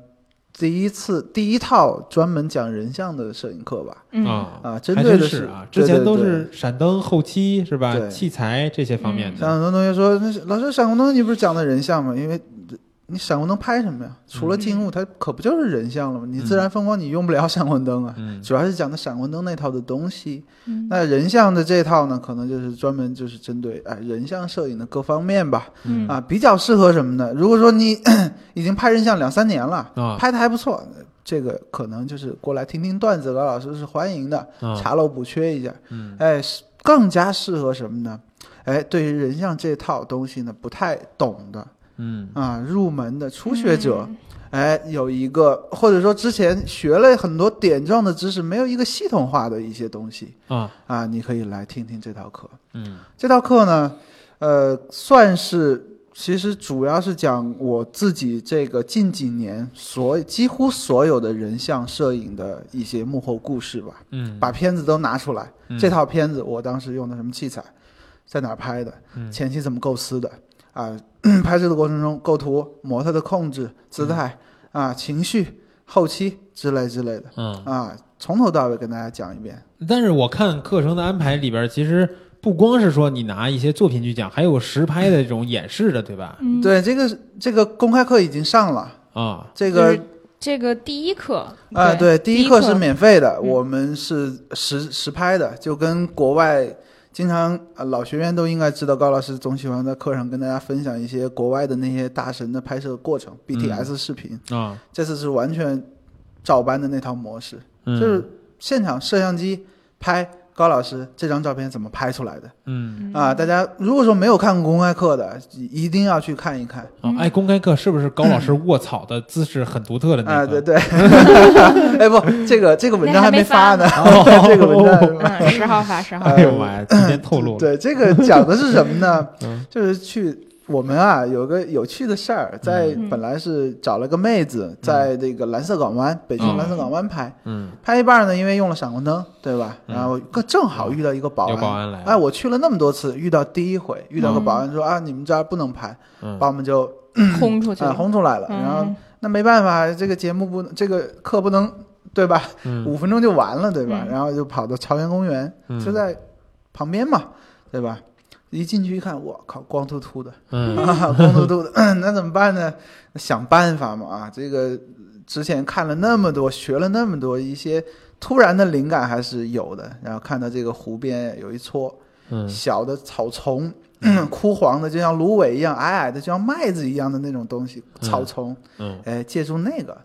Speaker 2: 第一次第一套专门讲人像的摄影课吧？
Speaker 3: 嗯，
Speaker 1: 啊，
Speaker 2: 啊，针
Speaker 1: 还
Speaker 2: 对
Speaker 1: 真
Speaker 2: 的
Speaker 1: 是啊，
Speaker 2: 对
Speaker 1: 之前
Speaker 2: 对
Speaker 1: 都
Speaker 2: 对
Speaker 1: 是闪灯、后期是吧？
Speaker 2: 对
Speaker 1: 器材这些方面
Speaker 2: 闪
Speaker 1: 的。
Speaker 2: 光灯同学说：“那是老师，闪光灯你不是讲的人像吗？因为你闪光灯拍什么呀？除了静物，它可不就是人像了吗？你自然风光你用不了闪光灯啊。
Speaker 1: 嗯，
Speaker 2: 主要是讲的闪光灯那套的东西。
Speaker 3: 嗯
Speaker 2: 那人像的这套呢，可能就是专门就是针对哎人像摄影的各方面吧。
Speaker 3: 嗯
Speaker 2: 啊，比较适合什么呢？如果说你 已经拍人像两三年了，
Speaker 1: 啊
Speaker 2: 拍的还不错，这个可能就是过来听听段子，高老师是欢迎的，
Speaker 1: 啊，
Speaker 2: 查漏补缺一下。
Speaker 1: 嗯
Speaker 2: 哎，是更加适合什么呢？哎，对于人像这套东西呢，不太懂的
Speaker 1: 嗯
Speaker 2: 啊，入门的初
Speaker 3: 嗯
Speaker 2: 学者，哎，有一个或者说之前学了很多点状的知识，没有一个系统化的一些东西
Speaker 1: 啊
Speaker 2: 啊，你可以来听听这套课。
Speaker 1: 嗯
Speaker 2: 这套课呢，呃，算是其实主要是讲我自己这个近几年所几乎所有的人像摄影的一些幕后故事吧，
Speaker 1: 嗯，
Speaker 2: 把片子都拿出来。
Speaker 1: 嗯
Speaker 2: 这套片子我当时用的什么器材，在哪儿拍的，
Speaker 1: 嗯
Speaker 2: 前期怎么构思的啊、 拍摄的过程中构图、模特的控制、
Speaker 1: 嗯
Speaker 2: 姿态啊、情绪、后期之类之类的
Speaker 1: 嗯，
Speaker 2: 啊，从头到尾跟大家讲一遍。
Speaker 1: 但是我看课程的安排里边儿，其实不光是说你拿一些作品去讲，还有实拍的这种演示的，对吧？
Speaker 3: 嗯，
Speaker 2: 对，这个这个公开课已经上了。
Speaker 1: 啊，
Speaker 2: 这个
Speaker 3: 就是这个第一课
Speaker 2: 啊，对，第一课是免费的，
Speaker 3: 嗯
Speaker 2: 我们是实实拍的，就跟国外经常、呃、老学员都应该知道，高老师总喜欢在课上跟大家分享一些国外的那些大神的拍摄过程，BTS 视频，
Speaker 1: 啊，
Speaker 2: 这次是完全照搬的那套模式，
Speaker 1: 嗯
Speaker 2: 就是现场摄像机拍。高老师这张照片怎么拍出来的
Speaker 1: 嗯。
Speaker 2: 啊？大家如果说没有看过公开课的，一一定要去看一看。
Speaker 1: 啊，哎，公开课是不是高老师卧草的姿势很独特的那
Speaker 2: 嗯啊，
Speaker 1: 个？
Speaker 2: 对对， 哎不，这个这个文章
Speaker 3: 那还
Speaker 2: 没
Speaker 3: 没
Speaker 2: 发
Speaker 3: 发
Speaker 2: 呢，
Speaker 1: 哦
Speaker 2: 这个文章还没发
Speaker 3: 嗯，十号发十 号，
Speaker 1: 哎呦妈呀，今天透露了。
Speaker 2: 对，这个讲的是什么呢
Speaker 1: 哦嗯？
Speaker 2: 就是去我们啊有个有趣的事儿，在
Speaker 3: 嗯
Speaker 2: 本来是找了个妹子，在这个蓝色港湾，北京蓝色港湾拍，
Speaker 1: 嗯，
Speaker 2: 拍一半呢，因为用了闪光灯，对吧？
Speaker 1: 嗯
Speaker 2: 然后更正好遇到一个保
Speaker 1: 有保
Speaker 2: 安。
Speaker 1: 安来了。
Speaker 2: 哎，我去了那么多次，遇到第一回，遇到个
Speaker 3: 嗯
Speaker 2: 保安说啊，你们这儿不能拍，
Speaker 1: 嗯
Speaker 2: 把我们就
Speaker 3: 轰出去
Speaker 2: 啊
Speaker 3: 了。
Speaker 2: 轰出来了。
Speaker 3: 嗯
Speaker 2: 然后那没办法，这个节目不，这个课不能，对吧？
Speaker 1: 嗯
Speaker 2: 五分钟就完了，对吧？
Speaker 3: 嗯
Speaker 2: 然后就跑到朝阳公园，
Speaker 1: 嗯
Speaker 2: 就在旁边嘛，对吧？一进去一看，我靠，光秃秃的，
Speaker 1: 嗯
Speaker 2: 啊， 光秃秃的， 那怎么办呢？想办法嘛啊！这个之前看了那么多，学了那么多，一些突然的灵感还是有的。然后看到这个湖边有一撮
Speaker 1: 嗯
Speaker 2: 小的草丛，枯黄的，就像芦苇一样，矮矮的，就像麦子一样的那种东西，
Speaker 1: 嗯
Speaker 2: 草丛。
Speaker 1: 嗯
Speaker 2: 哎，借助那个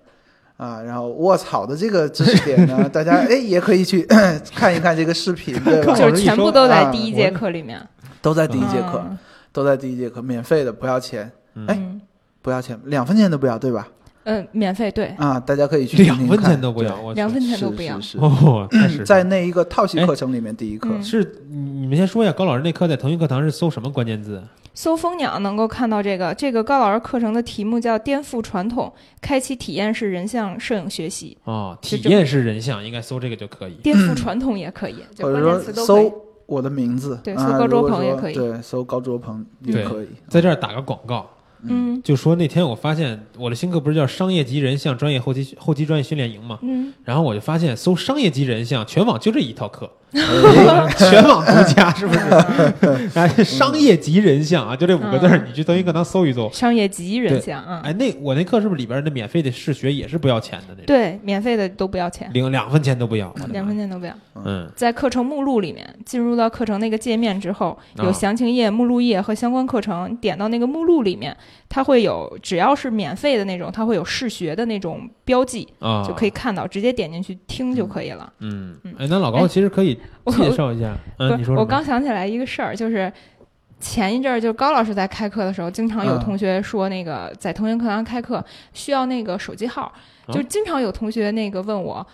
Speaker 2: 啊，然后卧草的这个知识点 呢，大家哎也可以去 看一看这个视频，对吧？
Speaker 3: 就是全部都在第一节课里面，
Speaker 2: 都啊在第一节课，
Speaker 3: 嗯
Speaker 2: 都在第一节课，免费的，不要钱，哎
Speaker 3: 嗯
Speaker 2: 不要钱，两分钱都不要，对吧？
Speaker 3: 嗯，免费对，
Speaker 2: 啊，大家可以去听
Speaker 1: 两
Speaker 2: 听
Speaker 1: 分
Speaker 2: 看
Speaker 1: 钱都不要，
Speaker 2: 对
Speaker 1: 我去
Speaker 3: 两分钱都
Speaker 2: 是
Speaker 3: 不要
Speaker 2: 是。是
Speaker 1: 哦，太实
Speaker 2: 在
Speaker 1: 在
Speaker 2: 那一个套系
Speaker 1: 哎
Speaker 2: 课程里面，第一课
Speaker 3: 嗯
Speaker 1: 是你们先说一下，高老师那课在腾讯课堂是搜什么关键字？
Speaker 3: 搜蜂鸟能够看到这个，这个高老师课程的题目叫“颠覆传统，开启体验式人像摄影学习
Speaker 1: 哦，体
Speaker 3: 就这
Speaker 1: 验式人像应该搜这个就可以”，。
Speaker 3: 颠覆传统也可以，
Speaker 2: 嗯
Speaker 3: 就
Speaker 2: 或
Speaker 3: 关
Speaker 2: 者
Speaker 3: 键词
Speaker 2: 说
Speaker 3: 都可以。
Speaker 2: 搜我的名字，
Speaker 3: 对
Speaker 2: 啊
Speaker 3: 搜高
Speaker 2: 如
Speaker 3: 卓
Speaker 2: 果
Speaker 3: 鹏也
Speaker 2: 说
Speaker 3: 可以
Speaker 2: 对，搜高卓鹏也
Speaker 1: 对
Speaker 2: 可以。
Speaker 1: 在这儿打个广告，
Speaker 3: 嗯
Speaker 1: 就说那天我发现我的新课不是叫商业级人像专业后期后期专业训练营吗？
Speaker 3: 嗯，
Speaker 1: 然后我就发现搜商业级人像，全网就这一套课，
Speaker 2: 哎
Speaker 1: 全网独家是不
Speaker 3: 嗯
Speaker 1: 是？哎，商业级人像啊，就这五个字儿，你去腾讯课堂搜一搜。
Speaker 3: 商业级人像啊，
Speaker 1: 哎，那我那课是不是里边的免费的试学也是不要钱的那种？
Speaker 3: 对，免费的都不要钱，
Speaker 1: 零两分钱都不要，我的妈
Speaker 3: 两分钱都不要。
Speaker 1: 嗯
Speaker 3: 在课程目录里面，进入到课程那个界面之后，
Speaker 1: 啊
Speaker 3: 有详情页、目录页和相关课程。你点到那个目录里面，它会有，只要是免费的那种，它会有试学的那种标记，
Speaker 1: 啊，
Speaker 3: 就可以。看到，直接点进去听就可以了。
Speaker 1: 嗯
Speaker 3: 嗯，
Speaker 1: 哎，那老高
Speaker 3: 哎
Speaker 1: 其实可以
Speaker 3: 我
Speaker 1: 介绍一下。
Speaker 3: 不
Speaker 1: 嗯，你
Speaker 3: 是
Speaker 1: 说什么
Speaker 3: 我刚想起来一个事儿，就是前一阵儿，就是高老师在开课的时候，经常有
Speaker 2: 嗯
Speaker 3: 同学说，那个在同学课堂开课需要那个手机号，
Speaker 1: 啊
Speaker 3: 就经常有同学那个问我，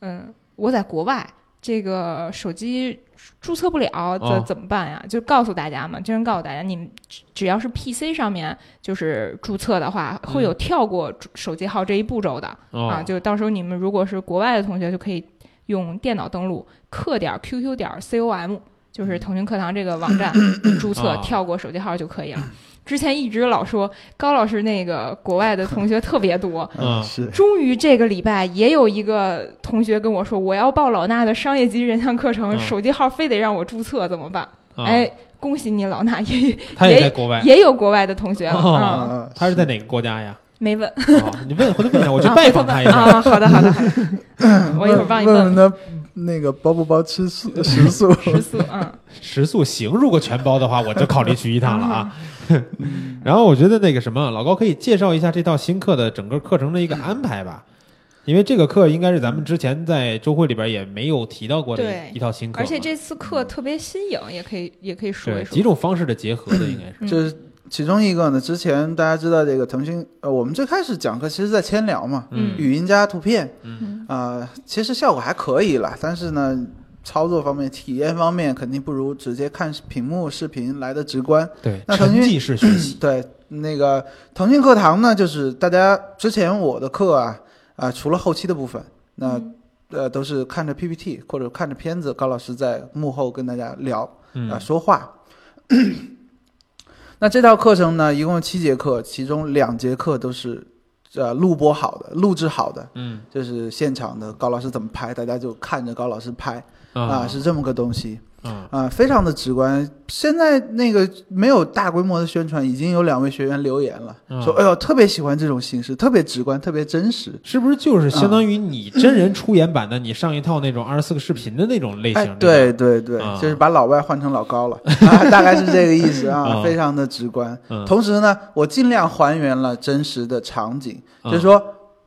Speaker 3: 嗯，我在国外，这个手机注册不了，
Speaker 1: 哦
Speaker 3: 怎怎么办呀？就告诉大家嘛，真人告诉大家，你们只只要是 PC 上面就是注册的话，会
Speaker 1: 嗯
Speaker 3: 有跳过注手机号这一步骤的、
Speaker 1: 哦
Speaker 3: 啊，就到时候你们如果是国外的同学，就可以用电脑登录课点 QQ 点 com，就是腾讯课堂这个网站注册
Speaker 1: 啊，
Speaker 3: 跳过手机号就可以了。之前一直老说高老师那个国外的同学特别多，
Speaker 1: 嗯
Speaker 2: 是
Speaker 3: 终于这个礼拜也有一个同学跟我说，我要报老衲的商业级人像课程，
Speaker 1: 嗯
Speaker 3: 手机号非得让我注册，怎么办？
Speaker 1: 啊
Speaker 3: 哎，恭喜你老衲也
Speaker 1: 他也在国外，
Speaker 3: 也有国外的同学了
Speaker 1: 哦
Speaker 3: 啊、
Speaker 2: 啊，
Speaker 1: 他是在哪个国家 呀？
Speaker 3: 没问
Speaker 1: 哦你问回头问一下，我去拜访他一下。
Speaker 3: 啊，好的好的好的， 我一会儿帮你
Speaker 2: 问
Speaker 3: 问
Speaker 2: 问他那个包不包吃素食素？
Speaker 3: 十四，嗯，
Speaker 1: 食宿行如果全包的话，我就考虑去一趟了 啊。然后我觉得那个什么，老高可以介绍一下这套新课的整个课程的一个安排吧，因为这个课应该是咱们之前在周会里边也没有提到过的
Speaker 3: 对
Speaker 1: 一套新课嘛，
Speaker 3: 而且这次课特别新颖，也可以也可以说
Speaker 1: 对
Speaker 3: 一说
Speaker 1: 几。种方式的结合的应该是
Speaker 3: 嗯
Speaker 2: 就是其中一个呢，之前大家知道这个腾讯，呃，我们最开始讲课其实在千聊嘛，
Speaker 3: 嗯
Speaker 2: 语音加图片，
Speaker 3: 嗯
Speaker 2: 啊、其实效果还可以啦，但是呢，操作方面、体验方面肯定不如直接看屏幕视频来的直观。
Speaker 1: 对
Speaker 2: 那腾
Speaker 1: 沉
Speaker 2: 讯
Speaker 1: 浸式学习，
Speaker 2: 对，那个腾讯课堂呢，就是大家之前我的课啊，啊、除了后期的部分，那、
Speaker 3: 嗯
Speaker 2: 呃都是看着 PPT 或者看着片子，高老师在幕后跟大家聊。
Speaker 1: 嗯
Speaker 2: 啊、说话。 那这套课程呢，一共有七节课，其中两节课都是呃录播好的、录制好的，
Speaker 1: 嗯
Speaker 2: 就是现场的高老师怎么拍，大家就看着高老师拍啊、
Speaker 1: 啊
Speaker 2: 是这么个东西
Speaker 1: 啊
Speaker 2: 啊、非常的直观。现在那个没有大规模的宣传，已经有两位学员留言了，
Speaker 1: 嗯
Speaker 2: 说哎呦特别喜欢这种形式，特别直观，特别真实。
Speaker 1: 是不是就是相当于你真人出演版的，你上一套那种二十四个视频的那种类
Speaker 2: 哎
Speaker 1: 型？，
Speaker 2: 对对对，
Speaker 1: 啊
Speaker 2: 就是把老外换成老 高了，啊、大概是这个意思啊，
Speaker 1: 啊
Speaker 2: 非常的直观。
Speaker 1: 嗯
Speaker 2: 同时呢，我尽量还原了真实的场景，
Speaker 1: 啊
Speaker 2: 就是说，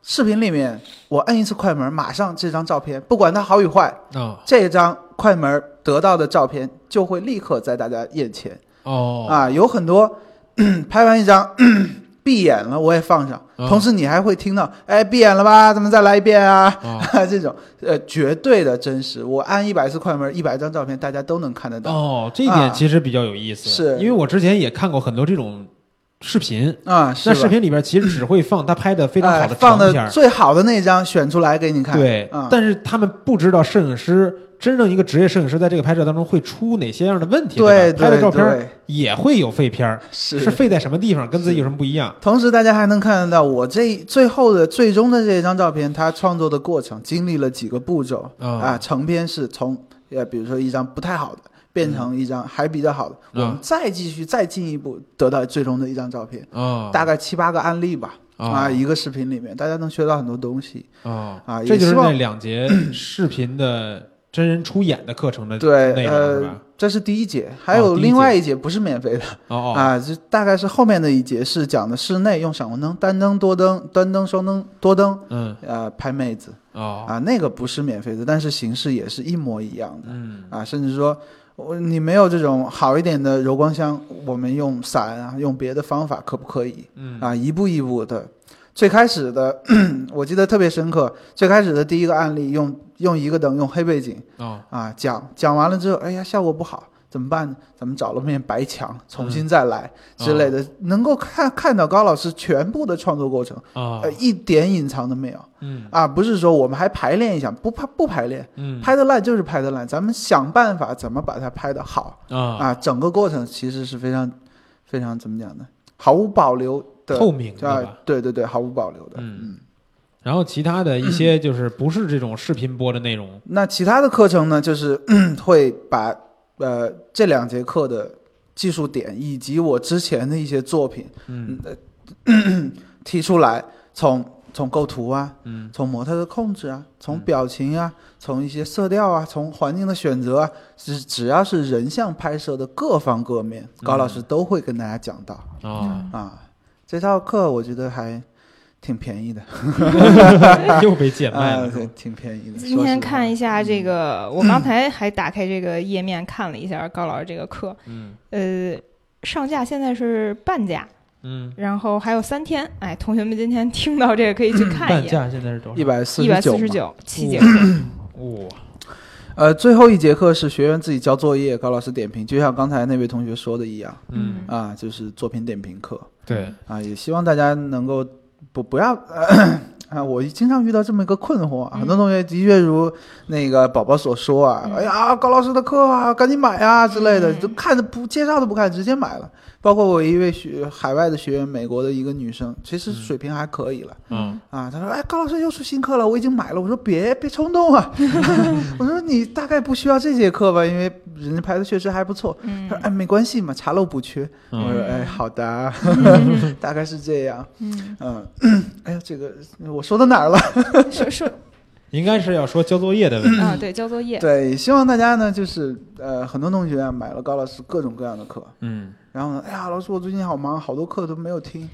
Speaker 2: 视频里面我摁一次快门，马上这张照片，不管它好与坏，
Speaker 1: 啊
Speaker 2: 这张快门得到的照片就会立刻在大家眼前、
Speaker 1: 哦
Speaker 2: 啊，有很多 拍完一张。 闭眼了，我也放上，
Speaker 1: 啊
Speaker 2: 同时你还会听到，哎，闭眼了吧？咱们再来一遍啊！
Speaker 1: 啊
Speaker 2: 这种呃绝对的真实，我按一百次快门，一百张照片，大家都能看得到
Speaker 1: 哦，这一
Speaker 2: 啊
Speaker 1: 点其实比较有意思，
Speaker 2: 是
Speaker 1: 因为我之前也看过很多这种视频，
Speaker 2: 啊，是
Speaker 1: 那
Speaker 2: 吧？
Speaker 1: 视频里边其实只会放他拍的非常好
Speaker 2: 哎
Speaker 1: 的
Speaker 2: 放
Speaker 1: 长片
Speaker 2: 的
Speaker 1: 儿，
Speaker 2: 最好的那张选出来给你看，
Speaker 1: 对
Speaker 2: 啊，，
Speaker 1: 但是他们不知道摄影师真正一个职业摄影师在这个拍摄当中会出哪些样的问题，对
Speaker 2: 对
Speaker 1: 吧拍的
Speaker 2: 对
Speaker 1: 照片儿
Speaker 2: 对
Speaker 1: 也会有废片儿，是
Speaker 2: 是。
Speaker 1: 废在什么地方，跟自己有什么不一样？
Speaker 2: 同时，大家还能看得到我这最后的最终的这一张照片，它创作的过程经历了几个步骤、
Speaker 1: 啊
Speaker 2: 啊，成片是从呃，比如说一张不太好的变成一张还比较好的，
Speaker 1: 嗯
Speaker 2: 我们再继续再进一步得到最终的一张照片，
Speaker 1: 啊
Speaker 2: 大概七八个案例吧、
Speaker 1: 啊
Speaker 2: 啊，一个视频里面，大家能学到很多东西。
Speaker 1: 啊
Speaker 2: 啊
Speaker 1: 这
Speaker 2: 也
Speaker 1: 就是
Speaker 2: 希
Speaker 1: 那
Speaker 2: 望
Speaker 1: 两节视频的真人出演的课程的内
Speaker 2: 对，
Speaker 1: 容是吧
Speaker 2: 呃？，这是第一节，还
Speaker 1: 哦
Speaker 2: 有
Speaker 1: 第一
Speaker 2: 另外一节不是免费的、
Speaker 1: 哦哦
Speaker 2: 啊，这大概是后面的一节是讲的室内用闪光灯、单灯、多灯、单灯、双灯、多灯，
Speaker 1: 嗯
Speaker 2: 呃，拍妹子
Speaker 1: 哦
Speaker 2: 啊，那个不是免费的，但是形式也是一模一样的
Speaker 1: 嗯
Speaker 2: 啊，甚至说。我你没有这种好一点的柔光箱，我们用伞啊，用别的方法可不可以？
Speaker 1: 嗯
Speaker 2: 啊，一步一步的。最开始的 我记得特别深刻，最开始的第一个案例用用一个灯，用黑背景，
Speaker 1: 哦
Speaker 2: 啊，讲讲完了之后，哎呀，效果不好，怎么办呢？咱们找了面白墙，重
Speaker 1: 嗯
Speaker 2: 新再来、之类的，能够看看到高老师全部的创作过程，
Speaker 1: 哦
Speaker 2: 呃，一点隐藏都没有
Speaker 1: 嗯
Speaker 2: 啊！不是说我们还排练一下，不排不排练，
Speaker 1: 嗯
Speaker 2: 拍的烂就是拍的烂，咱们想办法怎么把它拍的好
Speaker 1: 啊
Speaker 2: 啊！整个过程其实是非常非常怎么讲呢？毫无保留的
Speaker 1: 透明对吧
Speaker 2: 啊？，对对对，毫无保留的，
Speaker 1: 嗯然后其他的一 些就是不是这种视频播的内容，
Speaker 2: 那其他的课程呢，就是 会把呃这两节课的技术点以及我之前的一些作品呃
Speaker 1: 嗯
Speaker 2: 提出来，从从构图啊，
Speaker 1: 嗯
Speaker 2: 从模特的控制啊，从
Speaker 1: 嗯
Speaker 2: 表情啊，从一些色调啊，从环境的选择啊，只只要是人像拍摄的各方各面，
Speaker 1: 嗯
Speaker 2: 高老师都会跟大家讲到、
Speaker 3: 嗯
Speaker 1: 啊，
Speaker 2: 啊。这套课我觉得还挺便宜的，
Speaker 1: 又被贱卖
Speaker 2: 啊，
Speaker 1: 了。
Speaker 2: 对，挺便宜的。
Speaker 3: 今天看一
Speaker 2: 下，
Speaker 3: 下这个，我刚才还打开这个页面看了一下高老师这个课，
Speaker 1: 嗯
Speaker 3: 呃，上架现在是半价，
Speaker 1: 嗯，
Speaker 3: 然后还有三天。哎，同学们今天听到这个可以去看
Speaker 4: 半
Speaker 3: 一眼，
Speaker 4: 价现在是多
Speaker 2: 一
Speaker 4: 少？
Speaker 2: 百四
Speaker 3: 一百四十
Speaker 2: 十九嘛。
Speaker 3: 九七节课，
Speaker 1: 哇，
Speaker 2: 呃，最后一节课是学员自己交作业，高老师点评，就像刚才那位同学说的一样
Speaker 1: 嗯，
Speaker 2: 啊，就是作品点评课
Speaker 1: 对，
Speaker 2: 啊，也希望大家能够不不要。 咳啊，我经常遇到这么一个困惑啊，
Speaker 3: 嗯
Speaker 2: 很多同学的确如那个宝宝所说啊，
Speaker 3: 嗯
Speaker 2: 哎呀，高老师的课啊，赶紧买啊之类的，
Speaker 3: 嗯
Speaker 2: 就看着不介绍都不看，直接买了。包括我一位学海外的学员，美国的一个女生，其实
Speaker 1: 嗯
Speaker 2: 水平还可以了，
Speaker 1: 嗯，
Speaker 2: 啊，他说：“哎，高老师又出新课了，我已经买了。”我说：“别别冲动啊！” 我说：“你大概不需要这节课吧，因为人家排的确实还不错。”他
Speaker 3: 嗯
Speaker 2: 说：“哎，没关系嘛，查漏补缺。我说：“哎，好的啊，大概是这样。
Speaker 3: 嗯，
Speaker 2: 嗯，哎呀，这个我说到哪儿了？
Speaker 3: 说说
Speaker 1: 应该是要说交作业的问题，
Speaker 3: 啊，对，交作业，
Speaker 2: 对，希望大家呢，就是呃，很多同学啊，买了高老师各种各样的课，
Speaker 1: 嗯，
Speaker 2: 然后呢，哎呀，老师，我最近好忙，好多课都没有听。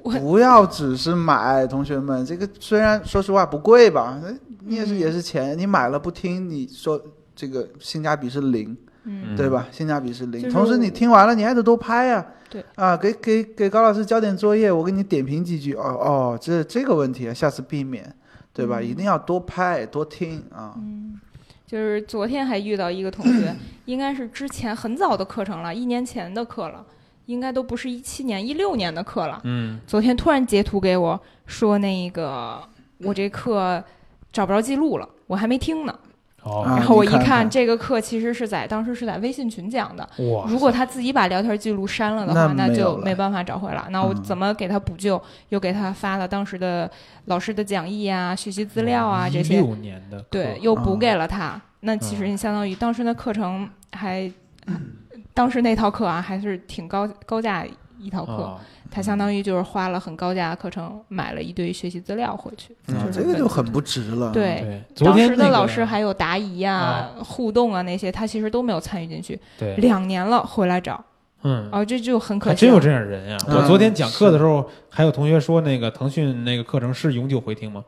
Speaker 3: 我
Speaker 2: 不要只是买，同学们，这个虽然说实话不贵吧，哎你也是
Speaker 3: 嗯
Speaker 2: 也是钱，你买了不听，你说这个性价比是零，
Speaker 3: 嗯，
Speaker 2: 对吧？性价比是零。
Speaker 3: 就是
Speaker 2: 同时你
Speaker 3: 我
Speaker 2: 听完了，你还得多拍呀、
Speaker 3: 对
Speaker 2: 啊，给给给高老师交点作业，我给你点评几句。哦哦，这这个问题啊，下次避免，对吧？
Speaker 3: 嗯
Speaker 2: 一定要多拍多听啊。
Speaker 3: 嗯，就是昨天还遇到一个同学，
Speaker 2: 嗯
Speaker 3: 应该是之前很早的课程了，一年前的课了，应该都不是一七年、一六年的课了。
Speaker 1: 嗯，
Speaker 3: 昨天突然截图给我说，那个我这课找不着记录了，我还没听呢。
Speaker 2: 啊
Speaker 1: 哦，
Speaker 3: 然后我一
Speaker 2: 你看看
Speaker 3: 这个课其实是在当时是在微信群讲的。
Speaker 1: 哇，
Speaker 3: 如果他自己把聊天记录删了的
Speaker 2: 那
Speaker 3: 话，那
Speaker 2: 没有
Speaker 3: 就
Speaker 2: 了
Speaker 3: 没办法找回来。那我
Speaker 2: 嗯
Speaker 3: 怎么给他补救？又给他发了当时的老师的讲义啊、学习资料啊这些。
Speaker 1: 六年的课啊嗯
Speaker 3: 对，又补
Speaker 2: 嗯
Speaker 3: 给了他。那其实你相当于当时那课程还，当时那套课啊还是挺高高价一套课，
Speaker 1: 啊，
Speaker 3: 他相当于就是花了很高价的课程买了一堆学习资料回去。
Speaker 2: 啊
Speaker 3: 就，是
Speaker 2: 这个
Speaker 3: 很
Speaker 2: 就很不值了。
Speaker 3: 对。
Speaker 1: 对，昨
Speaker 3: 当
Speaker 1: 天
Speaker 3: 时
Speaker 1: 那
Speaker 3: 的
Speaker 1: 个
Speaker 3: 老师还有答疑啊
Speaker 1: 啊、
Speaker 3: 互动啊那些，他其实都没有参与进去。
Speaker 1: 对，
Speaker 3: 两年了，回来找，
Speaker 1: 嗯。
Speaker 3: 哦，这就很可
Speaker 1: 还
Speaker 3: 惜
Speaker 1: 真
Speaker 3: 了。
Speaker 1: 有这样人呀！
Speaker 2: 嗯
Speaker 1: 我昨天讲课的时候，还有同学说那个腾讯那个课程是永久回听吗？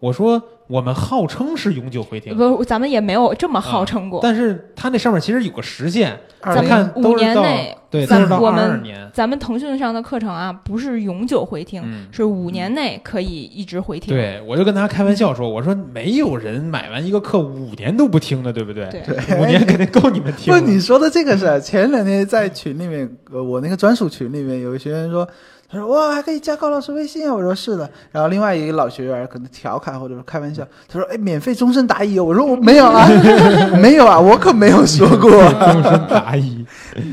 Speaker 1: 我说我们号称是永久回听，
Speaker 3: 不，咱们也没有这么号称过。
Speaker 1: 啊但是它那上面其实有个时限，
Speaker 2: 二
Speaker 1: 我
Speaker 3: 咱
Speaker 2: 零
Speaker 1: 看
Speaker 3: 五
Speaker 1: 都是
Speaker 3: 年
Speaker 1: 到
Speaker 3: 内
Speaker 1: 对，都
Speaker 3: 咱
Speaker 1: 是到
Speaker 3: 我
Speaker 1: 二二
Speaker 3: 们
Speaker 1: 年，
Speaker 3: 咱们腾讯上的课程啊，不是永久回听，
Speaker 1: 嗯，
Speaker 3: 是五年内可以一直回听。
Speaker 1: 对，我就跟他开玩笑说，我说没有人买完一个课五年都不听的，对不对？
Speaker 3: 对
Speaker 1: 五年肯定够你们听
Speaker 2: 不，
Speaker 1: 了。
Speaker 2: 你说的这个是啊前两天在群里面，呃，我那个专属群里面有个学员说，他说哇，还可以加高老师微信啊，我说是的。然后另外一个老学员可能调侃或者是开玩笑，他说哎，免费终身答疑哦，我说我没有啊， 没有啊，我可没有说 过。
Speaker 1: 终身答疑，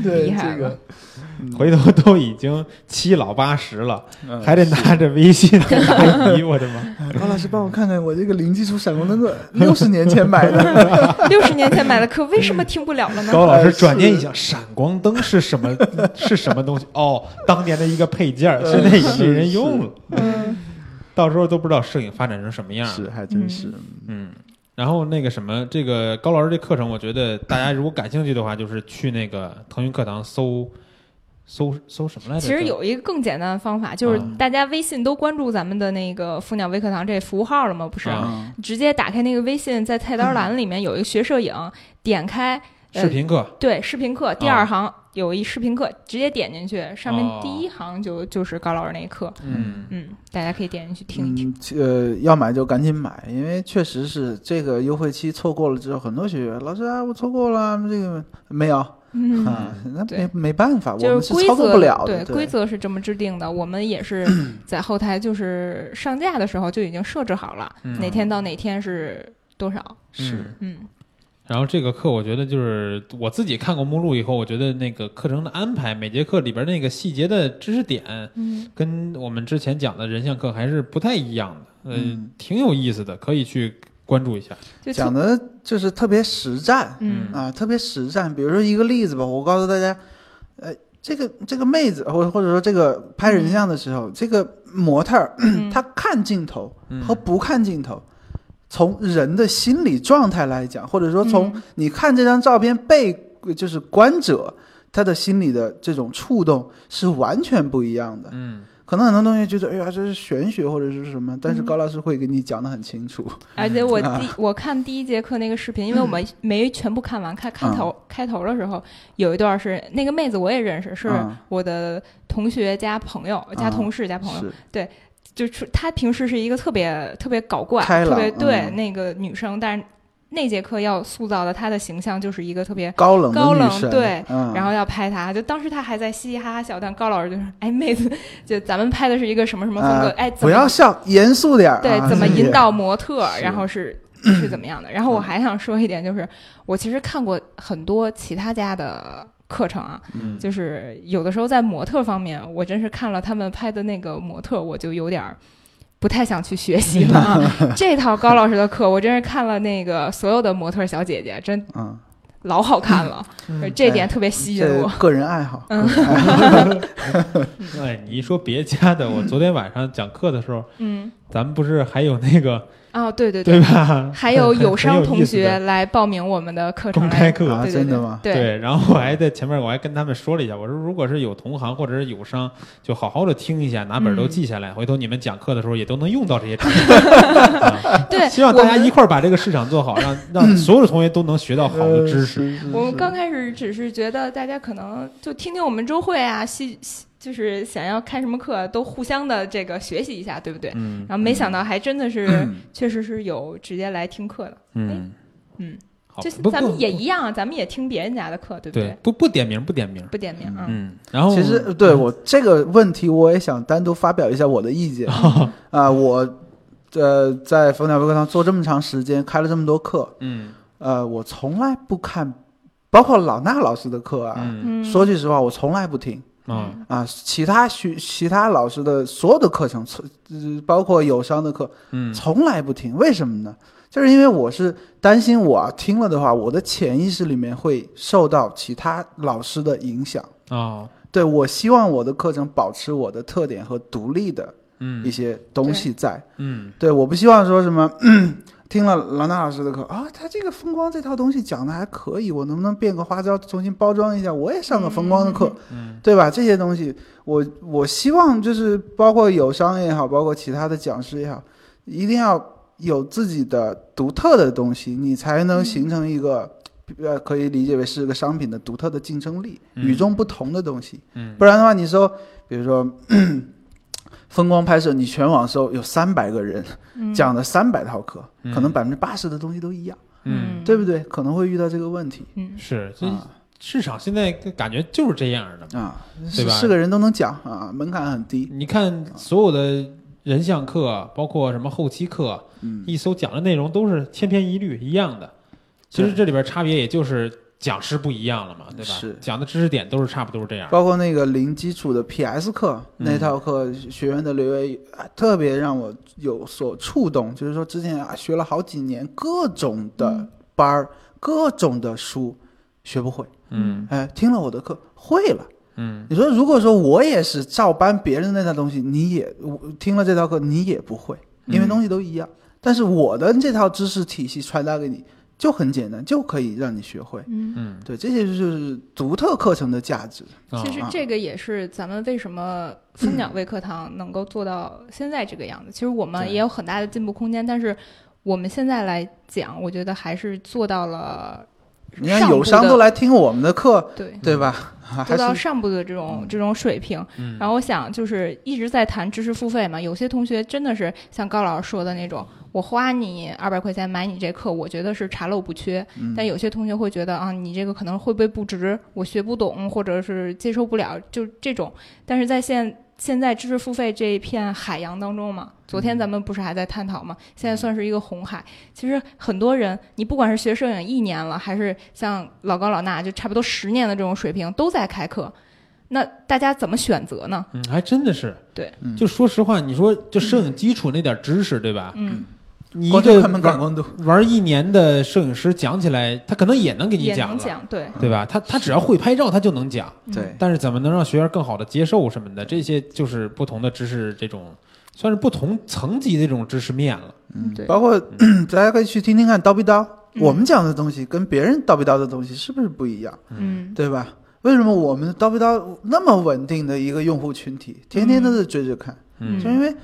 Speaker 2: 对
Speaker 3: 厉害
Speaker 2: 这个，
Speaker 1: 回头都已经七老八十了，
Speaker 2: 嗯
Speaker 1: 还得拿着微 信答疑，我的妈！
Speaker 2: 高老师帮我看看我这个零基础闪光灯的六十年前买的，
Speaker 3: 六十年前买的课，为什么听不了了呢？
Speaker 1: 高老师转念一想，闪光灯是什 么？是什么东西？哦，当年的一个配件儿，
Speaker 2: 呃
Speaker 1: 现在已经
Speaker 2: 是
Speaker 1: 没人用了，
Speaker 3: 嗯，
Speaker 1: 到时候都不知道摄影发展成什么样儿。
Speaker 2: 是还真是，
Speaker 1: 嗯，然后那个什么，这个高老师这课程，我觉得大家如果感兴趣的话，就是去那个腾讯课堂搜搜搜什么来着？
Speaker 3: 其实有一个更简单的方法，就是
Speaker 1: 嗯
Speaker 3: 大家微信都关注咱们的那个“蜂鸟微课堂”这服务号了吗？不是，
Speaker 1: 嗯
Speaker 2: 啊
Speaker 3: 直接打开那个微信，在菜单栏里面有一个学摄影，点开
Speaker 1: 视频课，
Speaker 3: 对视频课第二行有一视频课，直接点进去，上
Speaker 1: 哦
Speaker 3: 面第一行就就是高老师那一课，
Speaker 1: 嗯，
Speaker 3: 嗯，大家可以点进去听一听。
Speaker 2: 嗯其呃，要买就赶紧买，因为确实是这个优惠期错过了之后，很多学员老师啊，我错过了这个没有
Speaker 3: 嗯，
Speaker 2: 啊，那
Speaker 3: 对
Speaker 2: 没没办法，我
Speaker 3: 就
Speaker 2: 们
Speaker 3: 是规
Speaker 2: 操作
Speaker 3: 则
Speaker 2: 不了的。
Speaker 3: 对
Speaker 2: 对
Speaker 3: 规则是这么制定的，我们 也是在后台就是上架的时候就已经设置好了，
Speaker 1: 嗯
Speaker 3: 哪天到哪天是多少，
Speaker 2: 是
Speaker 1: 嗯
Speaker 3: 嗯
Speaker 1: 然后这个课，我觉得就是我自己看过目录以后，我觉得那个课程的安排，每节课里边那个细节的知识点，
Speaker 3: 嗯
Speaker 1: 跟我们之前讲的人像课还是不太一样的，呃
Speaker 2: 嗯
Speaker 1: 挺有意思的，可以去关注一下。
Speaker 3: 就
Speaker 2: 讲
Speaker 3: 特
Speaker 2: 的就是特别实战
Speaker 3: 嗯
Speaker 2: 啊，特别实战。比如说一个例子吧，我告诉大家，呃，这个这个妹子，或或者说这个拍人像的时候，这个模特儿
Speaker 3: 嗯
Speaker 2: 她看镜头
Speaker 1: 嗯
Speaker 2: 和不看镜头。从人的心理状态来讲，或者说从
Speaker 3: 嗯
Speaker 2: 你看这张照片被就是观者他的心理的这种触动是完全不一样的。
Speaker 1: 嗯，
Speaker 2: 可能很多同学觉得，哎呀，这是玄学或者是什么，但
Speaker 3: 嗯
Speaker 2: 是高老师会给你讲的很清楚。
Speaker 3: 而且我
Speaker 2: 嗯
Speaker 3: 第我看第一节课那个视频，因为我们没全部看完，看开头
Speaker 2: 嗯
Speaker 3: 开头的时候有一段是那个妹子我也认识，是
Speaker 2: 嗯
Speaker 3: 我的同学加朋友加
Speaker 2: 啊
Speaker 3: 同事加朋友，
Speaker 2: 是，
Speaker 3: 就出她平时是一个特别特别搞怪，
Speaker 2: 开
Speaker 3: 特
Speaker 2: 朗
Speaker 3: 别对、
Speaker 2: 嗯
Speaker 3: 那个女生，但是那节课要塑造的她的形象就是一个特别。
Speaker 2: 高冷的
Speaker 3: 高冷
Speaker 2: 女生，
Speaker 3: 对
Speaker 2: 嗯，
Speaker 3: 然后要拍她，就当时她还在嘻嘻哈哈笑，但高老师就说：“哎，妹子，就咱们拍的是一个什么什么风格？
Speaker 2: 啊
Speaker 3: 哎，怎
Speaker 2: 不
Speaker 3: 么
Speaker 2: 要笑，严肃点儿。
Speaker 3: 对
Speaker 2: 啊，
Speaker 3: 怎么
Speaker 2: 谢谢
Speaker 3: 引导模特，
Speaker 2: 是嗯
Speaker 3: 然后是是怎么 样的？然后我还想说一点，就是我其实看过很多其他家的课程啊，
Speaker 1: 嗯
Speaker 3: 就是有的时候在模特方面，我真是看了他们拍的那个模特，我就有点儿。不太想去学习了 啊！这套高老师的课，我真是看了那个所有的模特小姐姐，真
Speaker 2: 嗯，
Speaker 3: 老好 看了，
Speaker 1: 嗯
Speaker 3: 这点特别吸引
Speaker 2: 这
Speaker 3: 我。
Speaker 2: 个人爱好，
Speaker 3: 嗯
Speaker 1: 哎，你一说别家的，我昨天晚上讲课的时候，
Speaker 3: 嗯，
Speaker 1: 咱们不是还有那个
Speaker 3: 啊，对对
Speaker 1: 对， 吧？
Speaker 3: 还有友商
Speaker 1: 很有意
Speaker 3: 同
Speaker 1: 思的
Speaker 3: 学来报名我们的课程
Speaker 1: 公
Speaker 3: 来，
Speaker 1: 开课
Speaker 2: 啊，
Speaker 3: 对对
Speaker 2: 真的吗？
Speaker 3: 对，
Speaker 1: 然后我还在前面我还跟他们说了一下，我说如果是有同行或者是友商，就好好的听一下，拿本儿都记下来，回头你们讲课的时候也都能用到这些知 识。 啊
Speaker 3: 对，嗯
Speaker 1: 希望
Speaker 3: 我
Speaker 1: 大家
Speaker 3: 们
Speaker 1: 一块儿把这个市场做好，让让所有的同学都能学到好的知识。
Speaker 2: 识
Speaker 3: 我们刚开始只是觉得大家可能就听听我们周会啊，系系就是想要开什么课都互相的这个学习一下，对不对？
Speaker 1: 嗯
Speaker 3: 然后没想到还真的是，
Speaker 2: 嗯
Speaker 3: 确实是有直接来听课的。
Speaker 1: 嗯
Speaker 3: 嗯，
Speaker 1: 好，
Speaker 3: 就是
Speaker 1: 哦不
Speaker 3: 咱们
Speaker 1: 不
Speaker 3: 也一样啊，咱们也听别人家的课，对不
Speaker 1: 对，不不点名不点名。
Speaker 3: 不点名啊。
Speaker 1: 嗯，然后
Speaker 2: 其实呃对我这个问题，我也想单独发表一下我的 意见啊、我呃在冯鸟微课堂做这么长时间，开了这么多课，
Speaker 1: 嗯
Speaker 2: 呃，我从来不看，包括老衲老师的课啊。
Speaker 1: 嗯
Speaker 3: 嗯，
Speaker 2: 说句实话，我从来不听
Speaker 1: 啊
Speaker 2: 啊、其他学其他老师的所有的课程，从呃包括友商的课，
Speaker 1: 嗯
Speaker 2: 从来不听，为什么呢？就是因为我是担心我听了的话，我的潜意识里面会受到其他老师的影响。
Speaker 1: 哦
Speaker 2: 对我希望我的课程保持我的特点和独立的一
Speaker 1: 嗯
Speaker 2: 些东西在。
Speaker 1: 嗯
Speaker 2: 对我不希望说什么。 听了郎大老师的课啊，他这个风光这套东西讲的还可以，我能不能变个花招，重新包装一下？我也上个风光的课，
Speaker 1: 嗯
Speaker 2: 对吧？这些东西，我我希望就是包括友商也好，包括其他的讲师也好，一定要有自己的独特的东西，你才能形成一个、呃，可以理解为是个商品的独特的竞争力，
Speaker 1: 嗯
Speaker 2: 与众不同的东西。
Speaker 1: 嗯
Speaker 2: 不然的话，你说，比如说。 风光拍摄，你全网搜有三百个人讲的三百套课，
Speaker 1: 嗯
Speaker 2: 可能百分之八十的东西都一样，
Speaker 1: 嗯
Speaker 3: 嗯
Speaker 2: 对不对？可能会遇到这个问题
Speaker 3: 嗯，
Speaker 1: 是，所以
Speaker 2: 啊
Speaker 1: 市场现在感觉就是这样的。
Speaker 2: 啊，
Speaker 1: 对
Speaker 2: 是
Speaker 1: 吧
Speaker 2: 是个人都能讲啊，门槛很低。
Speaker 1: 你看所有的人像课，包括什么后期课，
Speaker 2: 嗯，
Speaker 1: 一搜讲的内容都是千篇一律一样的。其实
Speaker 2: 对
Speaker 1: 这里边差别也就是讲师不一样了嘛，对吧？
Speaker 2: 是
Speaker 1: 讲的知识点都是差不多这样的。
Speaker 2: 包括那个零基础的 PS 课
Speaker 1: 嗯
Speaker 2: 那套课，学员的留言啊特别让我有所触动，就是说之前啊学了好几年各种的班儿、各种的书，学不会，
Speaker 1: 嗯
Speaker 2: 哎，听了我的课会了。
Speaker 1: 嗯
Speaker 2: 你说如果说我也是照搬别人的那套东西，你也我听了这套课你也不会，因为
Speaker 1: 嗯
Speaker 2: 东西都一样。但是我的这套知识体系传达给你就很简单，就可以让你学会。
Speaker 3: 嗯，
Speaker 1: 嗯
Speaker 2: 对，这些就是独特课程的价值。
Speaker 1: 啊
Speaker 3: 其实这个也是咱们为什么蜂鸟微课堂能够做到现在这个样子。其实我们
Speaker 2: 对
Speaker 3: 也有很大的进步空间，但是我们现在来讲，我觉得还是做到了
Speaker 2: 你看
Speaker 3: 上
Speaker 2: 友
Speaker 3: 部
Speaker 2: 商
Speaker 3: 的
Speaker 2: 都来听我们的课，
Speaker 3: 对
Speaker 2: 对吧？ 还
Speaker 3: 做到
Speaker 2: 是
Speaker 3: 上部的这种这种水平。
Speaker 1: 嗯
Speaker 3: 然后我想就是一直在谈知识付费嘛，有些同学真的是像高老师说的那种，我花你二百块钱买你这课，我觉得是查漏补缺。
Speaker 2: 嗯
Speaker 3: 但有些同学会觉得啊，你这个可能会不会不值，我学不懂或者是接受不了，就这种。但是在现现在知识付费这一片海洋当中嘛，昨
Speaker 2: 嗯
Speaker 3: 天咱们不是还在探讨嘛，现在算是一个红海。其实很多人，你不管是学摄影一年了，还是像老高老衲就差不多十年的这种水平，都在开课。那大家怎么选择呢？
Speaker 1: 嗯，还真的是。
Speaker 3: 对
Speaker 2: 嗯
Speaker 1: 就说实话，你说就摄影基础那点知识，对吧？
Speaker 3: 嗯，
Speaker 1: 你一
Speaker 2: 光就
Speaker 1: 个
Speaker 2: 看门感光度，
Speaker 1: 玩一年的摄影师讲起来，他可能也能给你
Speaker 3: 也
Speaker 1: 讲
Speaker 3: 能
Speaker 1: 了，
Speaker 3: 讲对，
Speaker 1: 对吧？他他只要会拍照，他就能讲。
Speaker 3: 嗯
Speaker 2: 对，
Speaker 1: 但是怎么能让学员更好的接受什么的，这些就是不同的知识，这种算是不同层级的这种知识面了。
Speaker 2: 嗯
Speaker 3: 对，
Speaker 2: 包括 大家可以去听听看叨逼叨，
Speaker 3: 嗯
Speaker 2: 我们讲的东西跟别人叨逼叨的东西是不是不一样，
Speaker 3: 嗯
Speaker 2: 对吧？为什么我们叨不叨那么稳定的一个用户群体，天天都是追着看？
Speaker 1: 嗯
Speaker 2: 就因为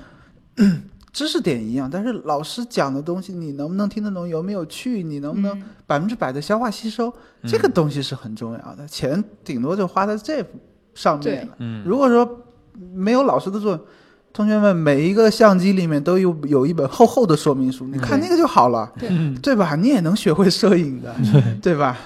Speaker 2: 知识点一样，但是老师讲的东西你能不能听得懂，有没有趣，你能不能
Speaker 3: 嗯
Speaker 2: 百分之百的消化吸收，
Speaker 1: 嗯
Speaker 2: 这个东西是很重要的。钱顶多就花在这上面了。
Speaker 1: 嗯，
Speaker 2: 如果说没有老师的作用，同学们每一个相机里面都有有一本厚厚的说明书，你看那个就好了，
Speaker 3: 嗯对
Speaker 1: 嗯
Speaker 2: 对吧？你也能学会摄影的，对吧？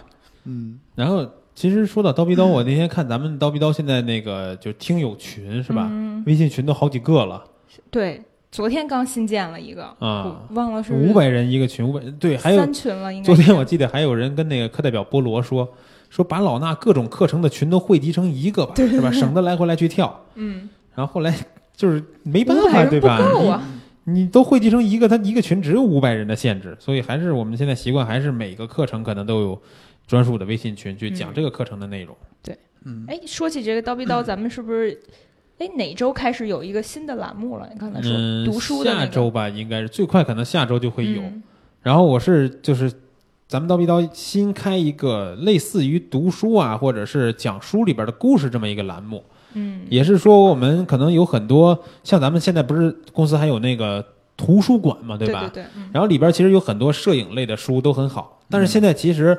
Speaker 2: 嗯，
Speaker 1: 然后其实说到刀逼刀，我那天看咱们刀逼刀现在那个就听友群 是吧？
Speaker 3: 嗯
Speaker 1: 微信群都好几个了
Speaker 3: 对，昨天刚新建了一个，
Speaker 1: 啊，
Speaker 3: 我忘了是
Speaker 1: 五百人一个群，五百对，还有
Speaker 3: 三群了，应该
Speaker 1: 昨
Speaker 3: 是。
Speaker 1: 天我记得还有人跟那个课代表菠萝说，说把老衲各种课程的群都汇集成一个吧，是吧？省得来回来去跳。
Speaker 3: 嗯，
Speaker 1: 然后后来就是没办
Speaker 3: 500
Speaker 1: 法，
Speaker 3: 人
Speaker 1: 对
Speaker 3: 不
Speaker 1: 吧？
Speaker 3: 够啊，
Speaker 1: 你都汇集成一个，它一个群只有五百人的限制，所以还是我们现在习惯，还是每个课程可能都有专属的微信群去讲
Speaker 3: 嗯
Speaker 1: 这个课程的内容。
Speaker 2: 嗯，
Speaker 3: 哎，说起这个刀 逼刀，咱们是不是？哎，哪周开始有一个新的栏目了？你刚才说、
Speaker 1: 嗯，
Speaker 3: 读书的、那个、
Speaker 1: 下周吧，应该是最快，可能下周就会有。
Speaker 3: 嗯
Speaker 1: 然后我是就是，咱们刀逼刀新开一个类似于读书啊，或者是讲书里边的故事这么一个栏目，
Speaker 3: 嗯，
Speaker 1: 也是说我们可能有很多像咱们现在不是公司还有那个图书馆嘛，
Speaker 3: 对
Speaker 1: 吧？
Speaker 3: 对对，嗯
Speaker 1: 然后里边其实有很多摄影类的书都很好，但是现在其实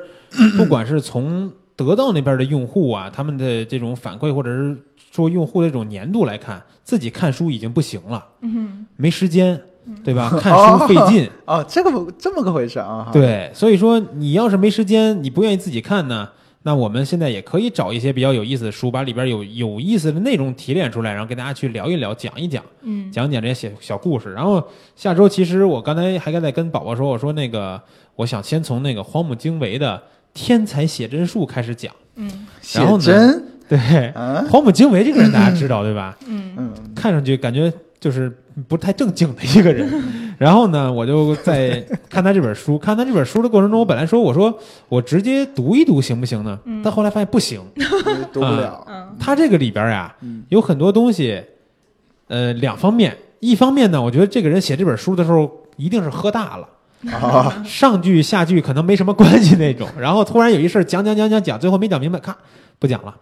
Speaker 1: 不管是从得到那边的用户啊，他们的这种反馈，或者是说用户的这种粘度来看，自己看书已经不行了，
Speaker 3: 嗯
Speaker 1: 没时间，对吧？看书费劲，
Speaker 2: 哦，这个不这么个回事啊，哈，
Speaker 1: 对，所以说你要是没时间，你不愿意自己看呢，那我们现在也可以找一些比较有意思的书，把里边有有意思的内容提炼出来，然后跟大家去聊一聊，讲一讲。
Speaker 3: 嗯
Speaker 1: 讲讲这些小小故事。然后下周其实我刚才还在跟宝宝说，我说那个我想先从那个荒木经惟的《天才写真术》开始讲。
Speaker 3: 嗯
Speaker 2: 写
Speaker 1: 然后呢
Speaker 2: 真
Speaker 1: 对，
Speaker 2: 啊，
Speaker 1: 荒木经惟这个人大家知道对吧？
Speaker 3: 嗯
Speaker 2: 嗯，
Speaker 1: 看上去感觉就是不太正经的一个人。然后呢，我就在看他这本书，看他这本书的过程中，我本来说我说我直接读一读行不行呢？
Speaker 3: 嗯
Speaker 1: 但后来发现不行，
Speaker 2: 读不了，
Speaker 3: 嗯
Speaker 1: 他这个里边呀、
Speaker 2: 嗯
Speaker 1: 有很多东西，呃，两方面。一方面呢，我觉得这个人写这本书的时候一定是喝大了，
Speaker 2: 啊，
Speaker 1: 上句下句可能没什么关系那种，然后突然有一事儿讲讲讲讲讲，最后没讲明白，咔不讲了，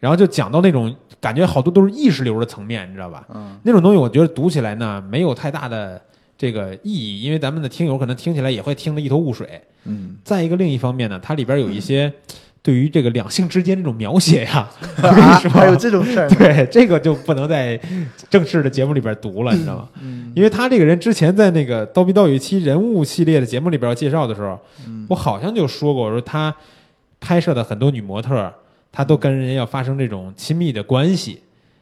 Speaker 1: 然后就讲到那种感觉好多都是意识流的层面，你知道吧？
Speaker 2: 嗯
Speaker 1: 那种东西我觉得读起来呢没有太大的这个意义，因为咱们的听友可能听起来也会听得一头雾水。
Speaker 2: 嗯，
Speaker 1: 再一个，另一方面呢，它里边有一些对于这个两性之间这种描写 呀，
Speaker 2: 啊
Speaker 1: 是吧
Speaker 2: 还有这种事儿吗，
Speaker 1: 对，这个就不能在正式的节目里边读了，你知道吗？
Speaker 2: 嗯
Speaker 1: 因为他这个人之前在那个《刀逼刀》有一期人物系列的节目里边介绍的时候，
Speaker 2: 嗯
Speaker 1: 我好像就说过，我说他拍摄的很多女模特儿，他都跟人家要发生这种亲密的关系。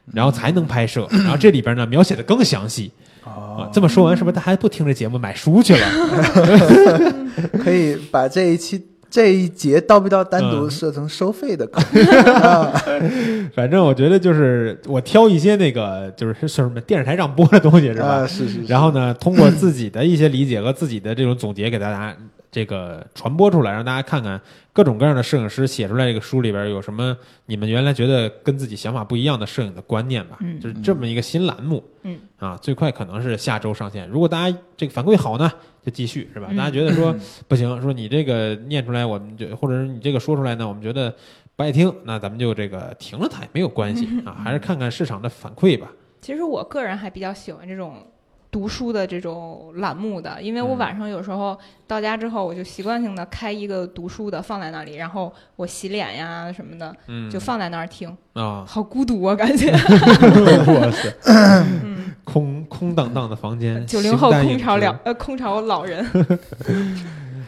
Speaker 2: 嗯
Speaker 1: 然后才能拍 摄，然后这里边呢描写的更详细啊
Speaker 2: 哦。，
Speaker 1: 这么说完，是不是大家不听这节目买书去 了？
Speaker 2: 可以把这一期这一节到不到单独
Speaker 1: 嗯
Speaker 2: 设成收费的课，
Speaker 1: 反正我觉得就是我挑一些那个就是是什么电视台让播的东西是吧？
Speaker 2: 啊，是是是，
Speaker 1: 然后呢，通过自己的一些理解和自己的这种总结，给大家这个传播出来，让大家看看各种各样的摄影师写出来这个书里边有什么你们原来觉得跟自己想法不一样的摄影的观念吧。
Speaker 3: 嗯
Speaker 1: 就是这么一个新栏目。
Speaker 3: 嗯
Speaker 1: 啊，最快可能是下周上线。如果大家这个反馈好呢，就继续是吧？
Speaker 3: 嗯
Speaker 1: 大家觉得说
Speaker 2: 嗯
Speaker 1: 不行，说你这个念出来，我们就或者是你这个说出来呢，我们觉得不爱听，那咱们就这个停了它也没有关 系啊，还是看看市场的反馈吧。
Speaker 3: 其实我个人还比较喜欢这种读书的这种栏目的，因为我
Speaker 1: 嗯
Speaker 3: 晚上有时候到家之后，我就习惯性的开一个读书的放在那里，然后我洗脸呀什么的
Speaker 1: 嗯，
Speaker 3: 就放在那儿听，
Speaker 1: 啊，
Speaker 3: 好孤独啊，感觉。
Speaker 1: 哇塞，
Speaker 3: 嗯，
Speaker 1: 空空荡荡的房间，
Speaker 3: 九零后
Speaker 1: 形单
Speaker 3: 空巢
Speaker 1: 影
Speaker 3: 了呃空巢老人，
Speaker 1: 只。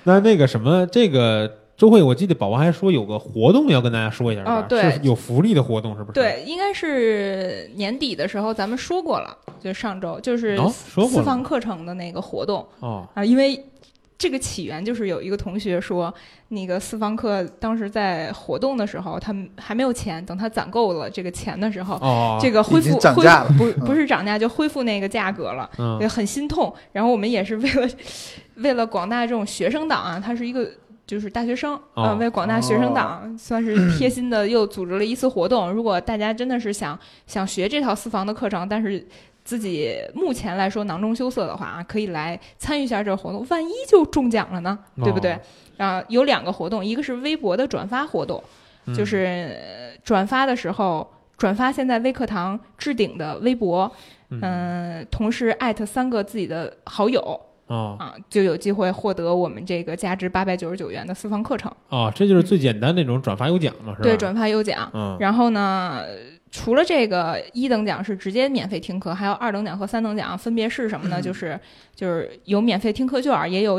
Speaker 1: 那那个什么，这个周慧，我记得宝宝还说有个活动要跟大家说一下，是吧
Speaker 3: 哦对
Speaker 1: 是有福利的活动，是不是？
Speaker 3: 对，应该是年底的时候咱们说过了，就上周就是
Speaker 1: 哦说过
Speaker 3: 私
Speaker 1: 了
Speaker 3: 房课程的那个活动
Speaker 1: 哦，
Speaker 3: 啊，因为这个起源就是有一个同学说，那个私房课当时在活动的时候，他们还没有钱，等他攒够了这个钱的时候，
Speaker 1: 哦，
Speaker 3: 这个恢
Speaker 2: 已经
Speaker 3: 复
Speaker 2: 涨
Speaker 3: 恢
Speaker 2: 价
Speaker 3: 复不
Speaker 2: 嗯
Speaker 3: 不是涨价，就恢复那个价格了。
Speaker 1: 嗯
Speaker 3: 对，很心痛。然后我们也是为了 为了广大这种学生党啊，他是一个就是大学生，
Speaker 1: 哦
Speaker 3: 呃，为广大学生党算是贴心的又组织了一次活动。如果大家真的是想想学这套私房的课程，但是。自己目前来说囊中羞涩的话啊，可以来参与一下这个活动，万一就中奖了呢，对不对
Speaker 1: 哦？
Speaker 3: 啊、有两个活动，一个是微博的转发活动，
Speaker 1: 嗯
Speaker 3: 就是呃转发的时候，转发现在微课堂置顶的微博，
Speaker 1: 嗯
Speaker 3: 嗯、同时艾特三个自己的好友
Speaker 1: 哦
Speaker 3: 啊，就有机会获得我们这个价值八百九十九元的私房课程，
Speaker 1: 哦，这就是最简单那种转发有奖嘛，是吧？
Speaker 3: 对，转发有奖。
Speaker 1: 嗯
Speaker 3: 然后呢，除了这个一等奖是直接免费听课，还有二等奖和三等奖分别是什么
Speaker 1: 嗯
Speaker 3: 呢？就是就是有免费听课券儿，也有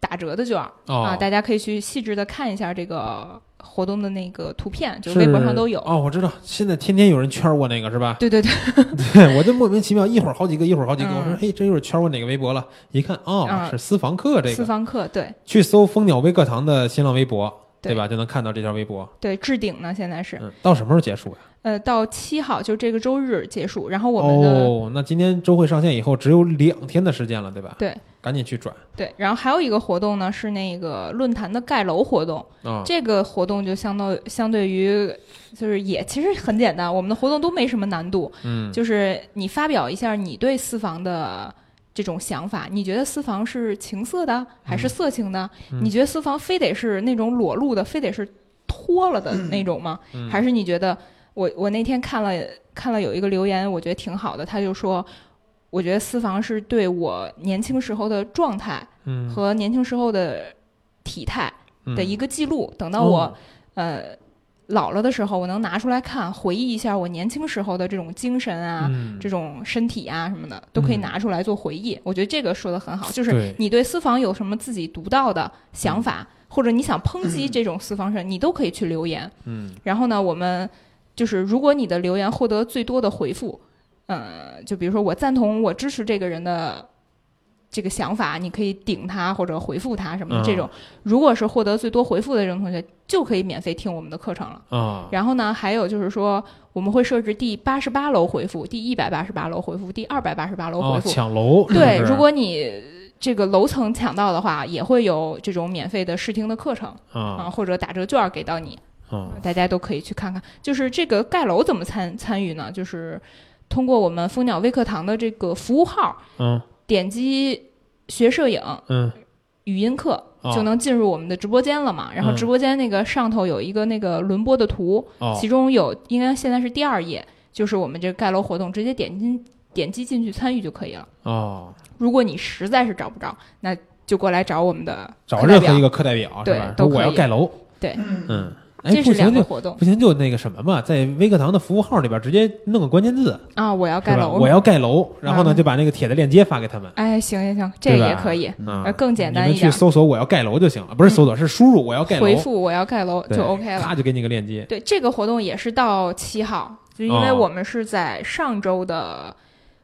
Speaker 3: 打折的券儿、啊，
Speaker 1: 哦，
Speaker 3: 大家可以去细致的看一下这个活动的那个图片，就是微博上都有。
Speaker 1: 哦，我知道，现在天天有人圈我那个是吧？
Speaker 3: 对对对，
Speaker 1: 对，我就莫名其妙，一会儿好几个，一会儿好几个。
Speaker 3: 嗯
Speaker 1: 我说，哎嘿，这一会儿圈我哪个微博了？一看，哦，
Speaker 3: 啊
Speaker 1: 是私房课这
Speaker 3: 私
Speaker 1: 个。
Speaker 3: 房课，对
Speaker 1: 去搜“蜂鸟微课堂”的新浪微博，
Speaker 3: 对
Speaker 1: 对吧？就能看到这条微博。
Speaker 3: 对，置顶呢现在是，
Speaker 1: 嗯，到什么时候结束呀？
Speaker 3: 呃，到七号就这个周日结束，然后我们的、
Speaker 1: 哦，那今天周会上线以后只有两天的时间了，对吧？
Speaker 3: 对，
Speaker 1: 赶紧去转
Speaker 3: 对，然后还有一个活动呢是那个论坛的盖楼活动。
Speaker 1: 啊！
Speaker 3: 这个活动就相当相对于，就是也其实很简单，我们的活动都没什么难度，
Speaker 1: 嗯，
Speaker 3: 就是你发表一下你对私房的这种想法，你觉得私房是情色的还是色情的？
Speaker 1: 嗯
Speaker 3: 你觉得私房非得是那种裸露的，非得是脱了的那种吗？
Speaker 1: 嗯
Speaker 3: 还是你觉得我我那天看了看了有一个留言，我觉得挺好的，他就说。我觉得私房是对我年轻时候的状态
Speaker 1: 嗯
Speaker 3: 和年轻时候的体态
Speaker 1: 嗯
Speaker 3: 的一个记录。等到我、
Speaker 1: 哦
Speaker 3: 呃老了的时候，我能拿出来看，回忆一下我年轻时候的这种精神啊。
Speaker 1: 嗯
Speaker 3: 这种身体啊什么的都可以
Speaker 1: 嗯
Speaker 3: 拿出来做回忆，我觉得这个说的很好，就是
Speaker 1: 对嗯
Speaker 3: 你对私房有什么自己独到的想法，或者你想抨击这种私房神，你都可以去留言。
Speaker 1: 嗯
Speaker 3: 然后呢，我们就是如果你的留言获得最多的回复，呃，就比如说我赞同、我支持这个人的这个想法，你可以顶他或者回复他什么的
Speaker 1: 嗯
Speaker 3: 这种。如果是获得最多回复的这种同学，就可以免费听我们的课程了。
Speaker 1: 啊
Speaker 3: 然后呢，还有就是说，我们会设置第八十八楼回复、第一百八十八楼回复、第二百八十八楼回
Speaker 1: 哦，
Speaker 3: 复。
Speaker 1: 抢楼是
Speaker 3: 对，
Speaker 1: 不是
Speaker 3: 如果你这个楼层抢到的话，也会有这种免费的试听的课程啊，
Speaker 1: 啊
Speaker 3: 或者打折券儿给到你。
Speaker 1: 啊
Speaker 3: 大家都可以去看看。就是这个盖楼怎么参参与呢？就是通过我们蜂鸟微课堂的这个服务号，
Speaker 1: 嗯
Speaker 3: 点击学摄影
Speaker 1: 嗯
Speaker 3: 语音课。
Speaker 1: 哦
Speaker 3: 就能进入我们的直播间了嘛？然后
Speaker 1: 嗯
Speaker 3: 直播间那个上头有一个那个轮播的图，
Speaker 1: 哦
Speaker 3: 其中有应该现在是第二页，就是我们这个盖楼活动，直接点进点击进去参与就可以了。
Speaker 1: 哦，
Speaker 3: 如果你实在是找不着，那就过来找我们的
Speaker 1: 找
Speaker 3: 课代
Speaker 1: 任何
Speaker 3: 表
Speaker 1: 一个课代表是
Speaker 3: 对
Speaker 1: 吧？说
Speaker 3: 都
Speaker 1: 我
Speaker 3: 可
Speaker 1: 要
Speaker 3: 以
Speaker 1: 盖楼，
Speaker 3: 对，
Speaker 1: 嗯，哎，
Speaker 3: 这
Speaker 1: 不
Speaker 3: 是两
Speaker 1: 行
Speaker 3: 个
Speaker 1: 就
Speaker 3: 活动
Speaker 1: 不行就那个什么嘛，在微课堂的服务号里边直接弄个关键字
Speaker 3: 啊！我要
Speaker 1: 是
Speaker 3: 盖
Speaker 1: 吧？
Speaker 3: 楼，
Speaker 1: 我要盖楼，然后呢
Speaker 3: 嗯
Speaker 1: 就把那个帖的链接发给他们。
Speaker 3: 哎，行行行，这个
Speaker 1: 对
Speaker 3: 也
Speaker 1: 吧
Speaker 3: 可以，
Speaker 1: 啊
Speaker 3: 呃，，更简单
Speaker 1: 你
Speaker 3: 一
Speaker 1: 们去
Speaker 3: 点。嗯
Speaker 1: 搜索“我要盖楼”就行了，不是搜索，是输入“我要盖楼
Speaker 3: 回”，复我要盖楼
Speaker 1: 对
Speaker 3: 就 OK 了。
Speaker 1: 咔就给你个链接。
Speaker 3: 对，这个活动也是到七号，就因为
Speaker 1: 哦
Speaker 3: 我们是在上周的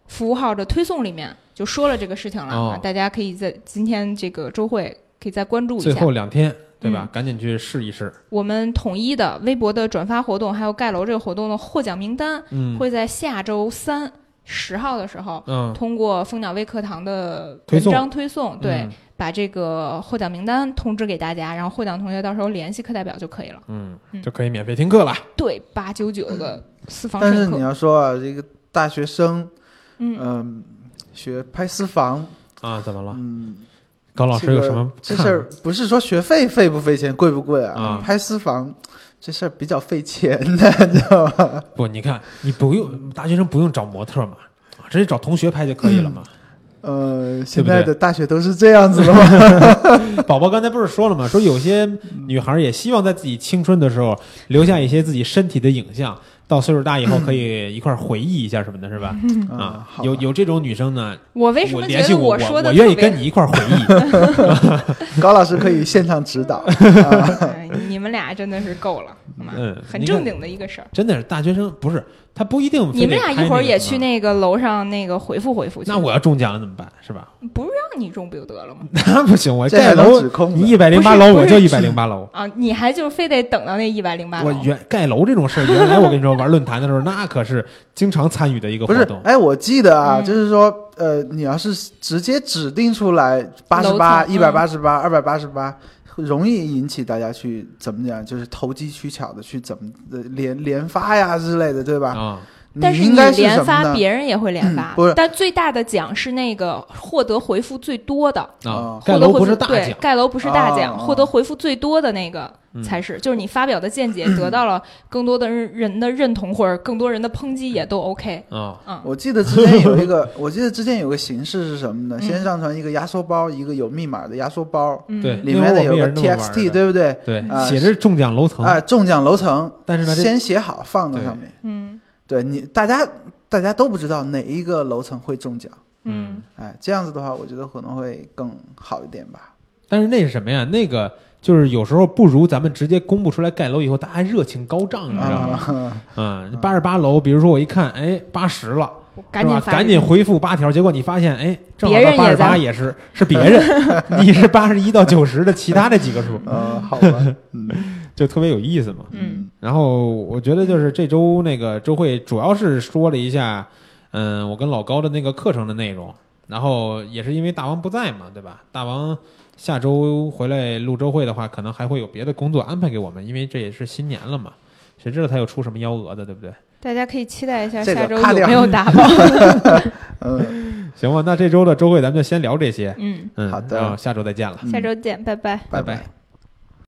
Speaker 3: 服务号的推送里面就说了这个事情了，啊
Speaker 1: 哦
Speaker 3: 大家可以在今天这个周会可以再关注一
Speaker 1: 最
Speaker 3: 下嗯
Speaker 1: 后。两天，对吧？赶紧去试一试。
Speaker 3: 我们统一的微博的转发活动，还有盖楼这个活动的获奖名单，
Speaker 1: 嗯
Speaker 3: 会在下周三十号的时候。
Speaker 1: 嗯，
Speaker 3: 通过蜂鸟微课堂的
Speaker 1: 推
Speaker 3: 文
Speaker 1: 送
Speaker 3: 章推送，对，
Speaker 1: 嗯
Speaker 3: 把这个获奖名单通知给大家，然后获奖同学到时候联系课代表就可以了。
Speaker 1: 嗯，就可以免费听课了。
Speaker 3: 对，八九九个私房
Speaker 2: 但是
Speaker 3: 深
Speaker 2: 你
Speaker 3: 刻，
Speaker 2: 要说啊，这个大学生，
Speaker 3: 嗯，
Speaker 2: 嗯，学拍私房，
Speaker 1: 啊，怎么了？
Speaker 2: 嗯，
Speaker 1: 高老师有什么
Speaker 2: 这
Speaker 1: 看
Speaker 2: 事儿不是说学费费不费钱，贵不贵啊
Speaker 1: 啊？
Speaker 2: 拍私房这事儿比较费钱的，你知道吧？
Speaker 1: 不？你看，你不用大学生不用找模特嘛，啊直接找同学拍就可以了嘛。
Speaker 2: 呃，
Speaker 1: 对
Speaker 2: 现
Speaker 1: 不对
Speaker 2: 在的大学都是这样子 的嘛，
Speaker 3: 嗯
Speaker 1: 宝宝刚才不是说了吗？说有些女孩也希望在自己青春的时候留下一些自己身体的影像，到岁数大以后可
Speaker 3: 嗯
Speaker 1: 以一块儿回忆一下什么的，是吧？啊，
Speaker 2: 好吧
Speaker 1: 有有这种女生呢，
Speaker 3: 我为什
Speaker 1: 我
Speaker 3: 么觉
Speaker 1: 联系
Speaker 3: 得
Speaker 1: 我，
Speaker 3: 说
Speaker 1: 我
Speaker 3: 的
Speaker 1: 我愿意
Speaker 3: 特别嗯
Speaker 1: 跟你一块儿回 忆。
Speaker 2: 高老师可以现场指 导。
Speaker 3: 哎 你们俩真的是够了，好吗
Speaker 1: 嗯
Speaker 3: 很
Speaker 1: 你
Speaker 3: 正
Speaker 1: 看
Speaker 3: 经的一个事儿。
Speaker 1: 真的是大学生，不是他不一定非得
Speaker 3: 你们俩
Speaker 1: 拍
Speaker 3: 一会儿
Speaker 1: 那个
Speaker 3: 也
Speaker 1: 什
Speaker 3: 去
Speaker 1: 么。
Speaker 3: 那个楼上那个回复回复去。
Speaker 1: 那我要中奖了怎么办？是吧？
Speaker 3: 不是让你中不就得了吗？
Speaker 1: 那不行，我
Speaker 2: 这
Speaker 1: 盖
Speaker 2: 还能
Speaker 1: 楼
Speaker 2: 指控，
Speaker 1: 你
Speaker 2: 呢
Speaker 1: 一百零
Speaker 3: 不
Speaker 1: 八
Speaker 3: 是
Speaker 1: 楼，
Speaker 3: 不
Speaker 1: 我
Speaker 3: 是
Speaker 1: 就一百零八楼。
Speaker 3: 啊，你还就非得等到那一百零八
Speaker 1: 我
Speaker 3: 楼？
Speaker 1: 原盖楼这种事儿，原来我跟你说玩论坛的时候，那可是经常参与的一个
Speaker 2: 不
Speaker 1: 活
Speaker 2: 是
Speaker 1: 动，。
Speaker 2: 哎，我记得啊，
Speaker 3: 嗯
Speaker 2: 就是说，呃，你要是直接指定出来八十
Speaker 3: 楼
Speaker 2: 八、
Speaker 3: 层嗯
Speaker 2: 一百八十八、二百八十八，容易引起大家去怎么讲，就是投机取巧的去怎么呃连连发呀之类的，对吧？
Speaker 1: 啊，
Speaker 3: 但是
Speaker 2: 应
Speaker 3: 你
Speaker 2: 该是
Speaker 3: 连
Speaker 2: 什么
Speaker 3: 发，
Speaker 2: 呢？
Speaker 3: 别人也会连
Speaker 2: 嗯
Speaker 3: 发。
Speaker 2: 不是
Speaker 3: 但最大的奖是那个获得回复最多的，
Speaker 1: 啊
Speaker 2: 哦，
Speaker 1: 盖
Speaker 3: 获得
Speaker 1: 楼
Speaker 3: 回
Speaker 1: 不是
Speaker 3: 复
Speaker 1: 大
Speaker 3: 对
Speaker 1: 奖，啊
Speaker 3: 盖楼不是大奖，
Speaker 2: 哦
Speaker 3: 获得回复最多的那个
Speaker 1: 嗯
Speaker 3: 才是，就是你发表的见 解得到了更多的人人的认同或者更多人的抨击也都 OK。
Speaker 1: 啊，
Speaker 3: 嗯，
Speaker 2: 我记得之前有 一个，我记得之前有个形式是什么呢？
Speaker 3: 嗯
Speaker 2: 先上传一个压缩包，一个有密码的压缩包，
Speaker 3: 嗯
Speaker 1: 对
Speaker 2: 里面的有
Speaker 1: 因为我
Speaker 2: 个
Speaker 1: 们也是那么玩
Speaker 2: TXT，
Speaker 1: 的
Speaker 2: 对不对？
Speaker 1: 对，
Speaker 2: 啊
Speaker 1: 写着中奖楼层，
Speaker 2: 啊，中奖楼层，
Speaker 1: 但是呢，这
Speaker 2: 先写好放到上面。
Speaker 3: 嗯
Speaker 2: 对你，大家大家都不知道哪一个楼层会中奖，
Speaker 3: 嗯
Speaker 2: 哎，这样子的话，我觉得可能会更好一点吧。
Speaker 1: 但是那是什么呀？那个就是有时候不如咱们直接公布出来盖楼以后，大家热情高涨，你知道吗？
Speaker 2: 啊，
Speaker 1: 嗯，八十八楼，比如说我一看，哎，八十了，
Speaker 3: 我赶
Speaker 1: 是
Speaker 3: 紧
Speaker 1: 吧？
Speaker 3: 发
Speaker 1: 赶紧回复八条，结果你发现，哎，正好
Speaker 3: 别人
Speaker 1: 到八
Speaker 3: 也
Speaker 1: 十八
Speaker 3: 在
Speaker 1: 也是是别人， 你是八十一到九十的其他的几个数，
Speaker 2: 呃，好吧，
Speaker 1: 就特别有意思嘛。
Speaker 3: 嗯
Speaker 1: 然后我觉得就是这周那个周会主要是说了一下，嗯，我跟老高的那个课程的内容，然后也是因为大王不在嘛，对吧？大王下周回来录周会的话，可能还会有别的工作安排给我们，因为这也是新年了嘛，谁知道他又出什么幺蛾子，对不对？
Speaker 3: 大家可以期待一下
Speaker 2: 这个
Speaker 3: 下周
Speaker 2: 咔
Speaker 3: 有
Speaker 2: 掉
Speaker 3: 没有 打包。
Speaker 2: 嗯，
Speaker 1: 行吧，那这周的周会咱们就先聊这些，
Speaker 3: 嗯，
Speaker 1: 嗯，
Speaker 2: 好的
Speaker 1: 然后下周再见了，
Speaker 2: 嗯
Speaker 3: 下周见，拜拜。
Speaker 1: 拜
Speaker 2: 拜。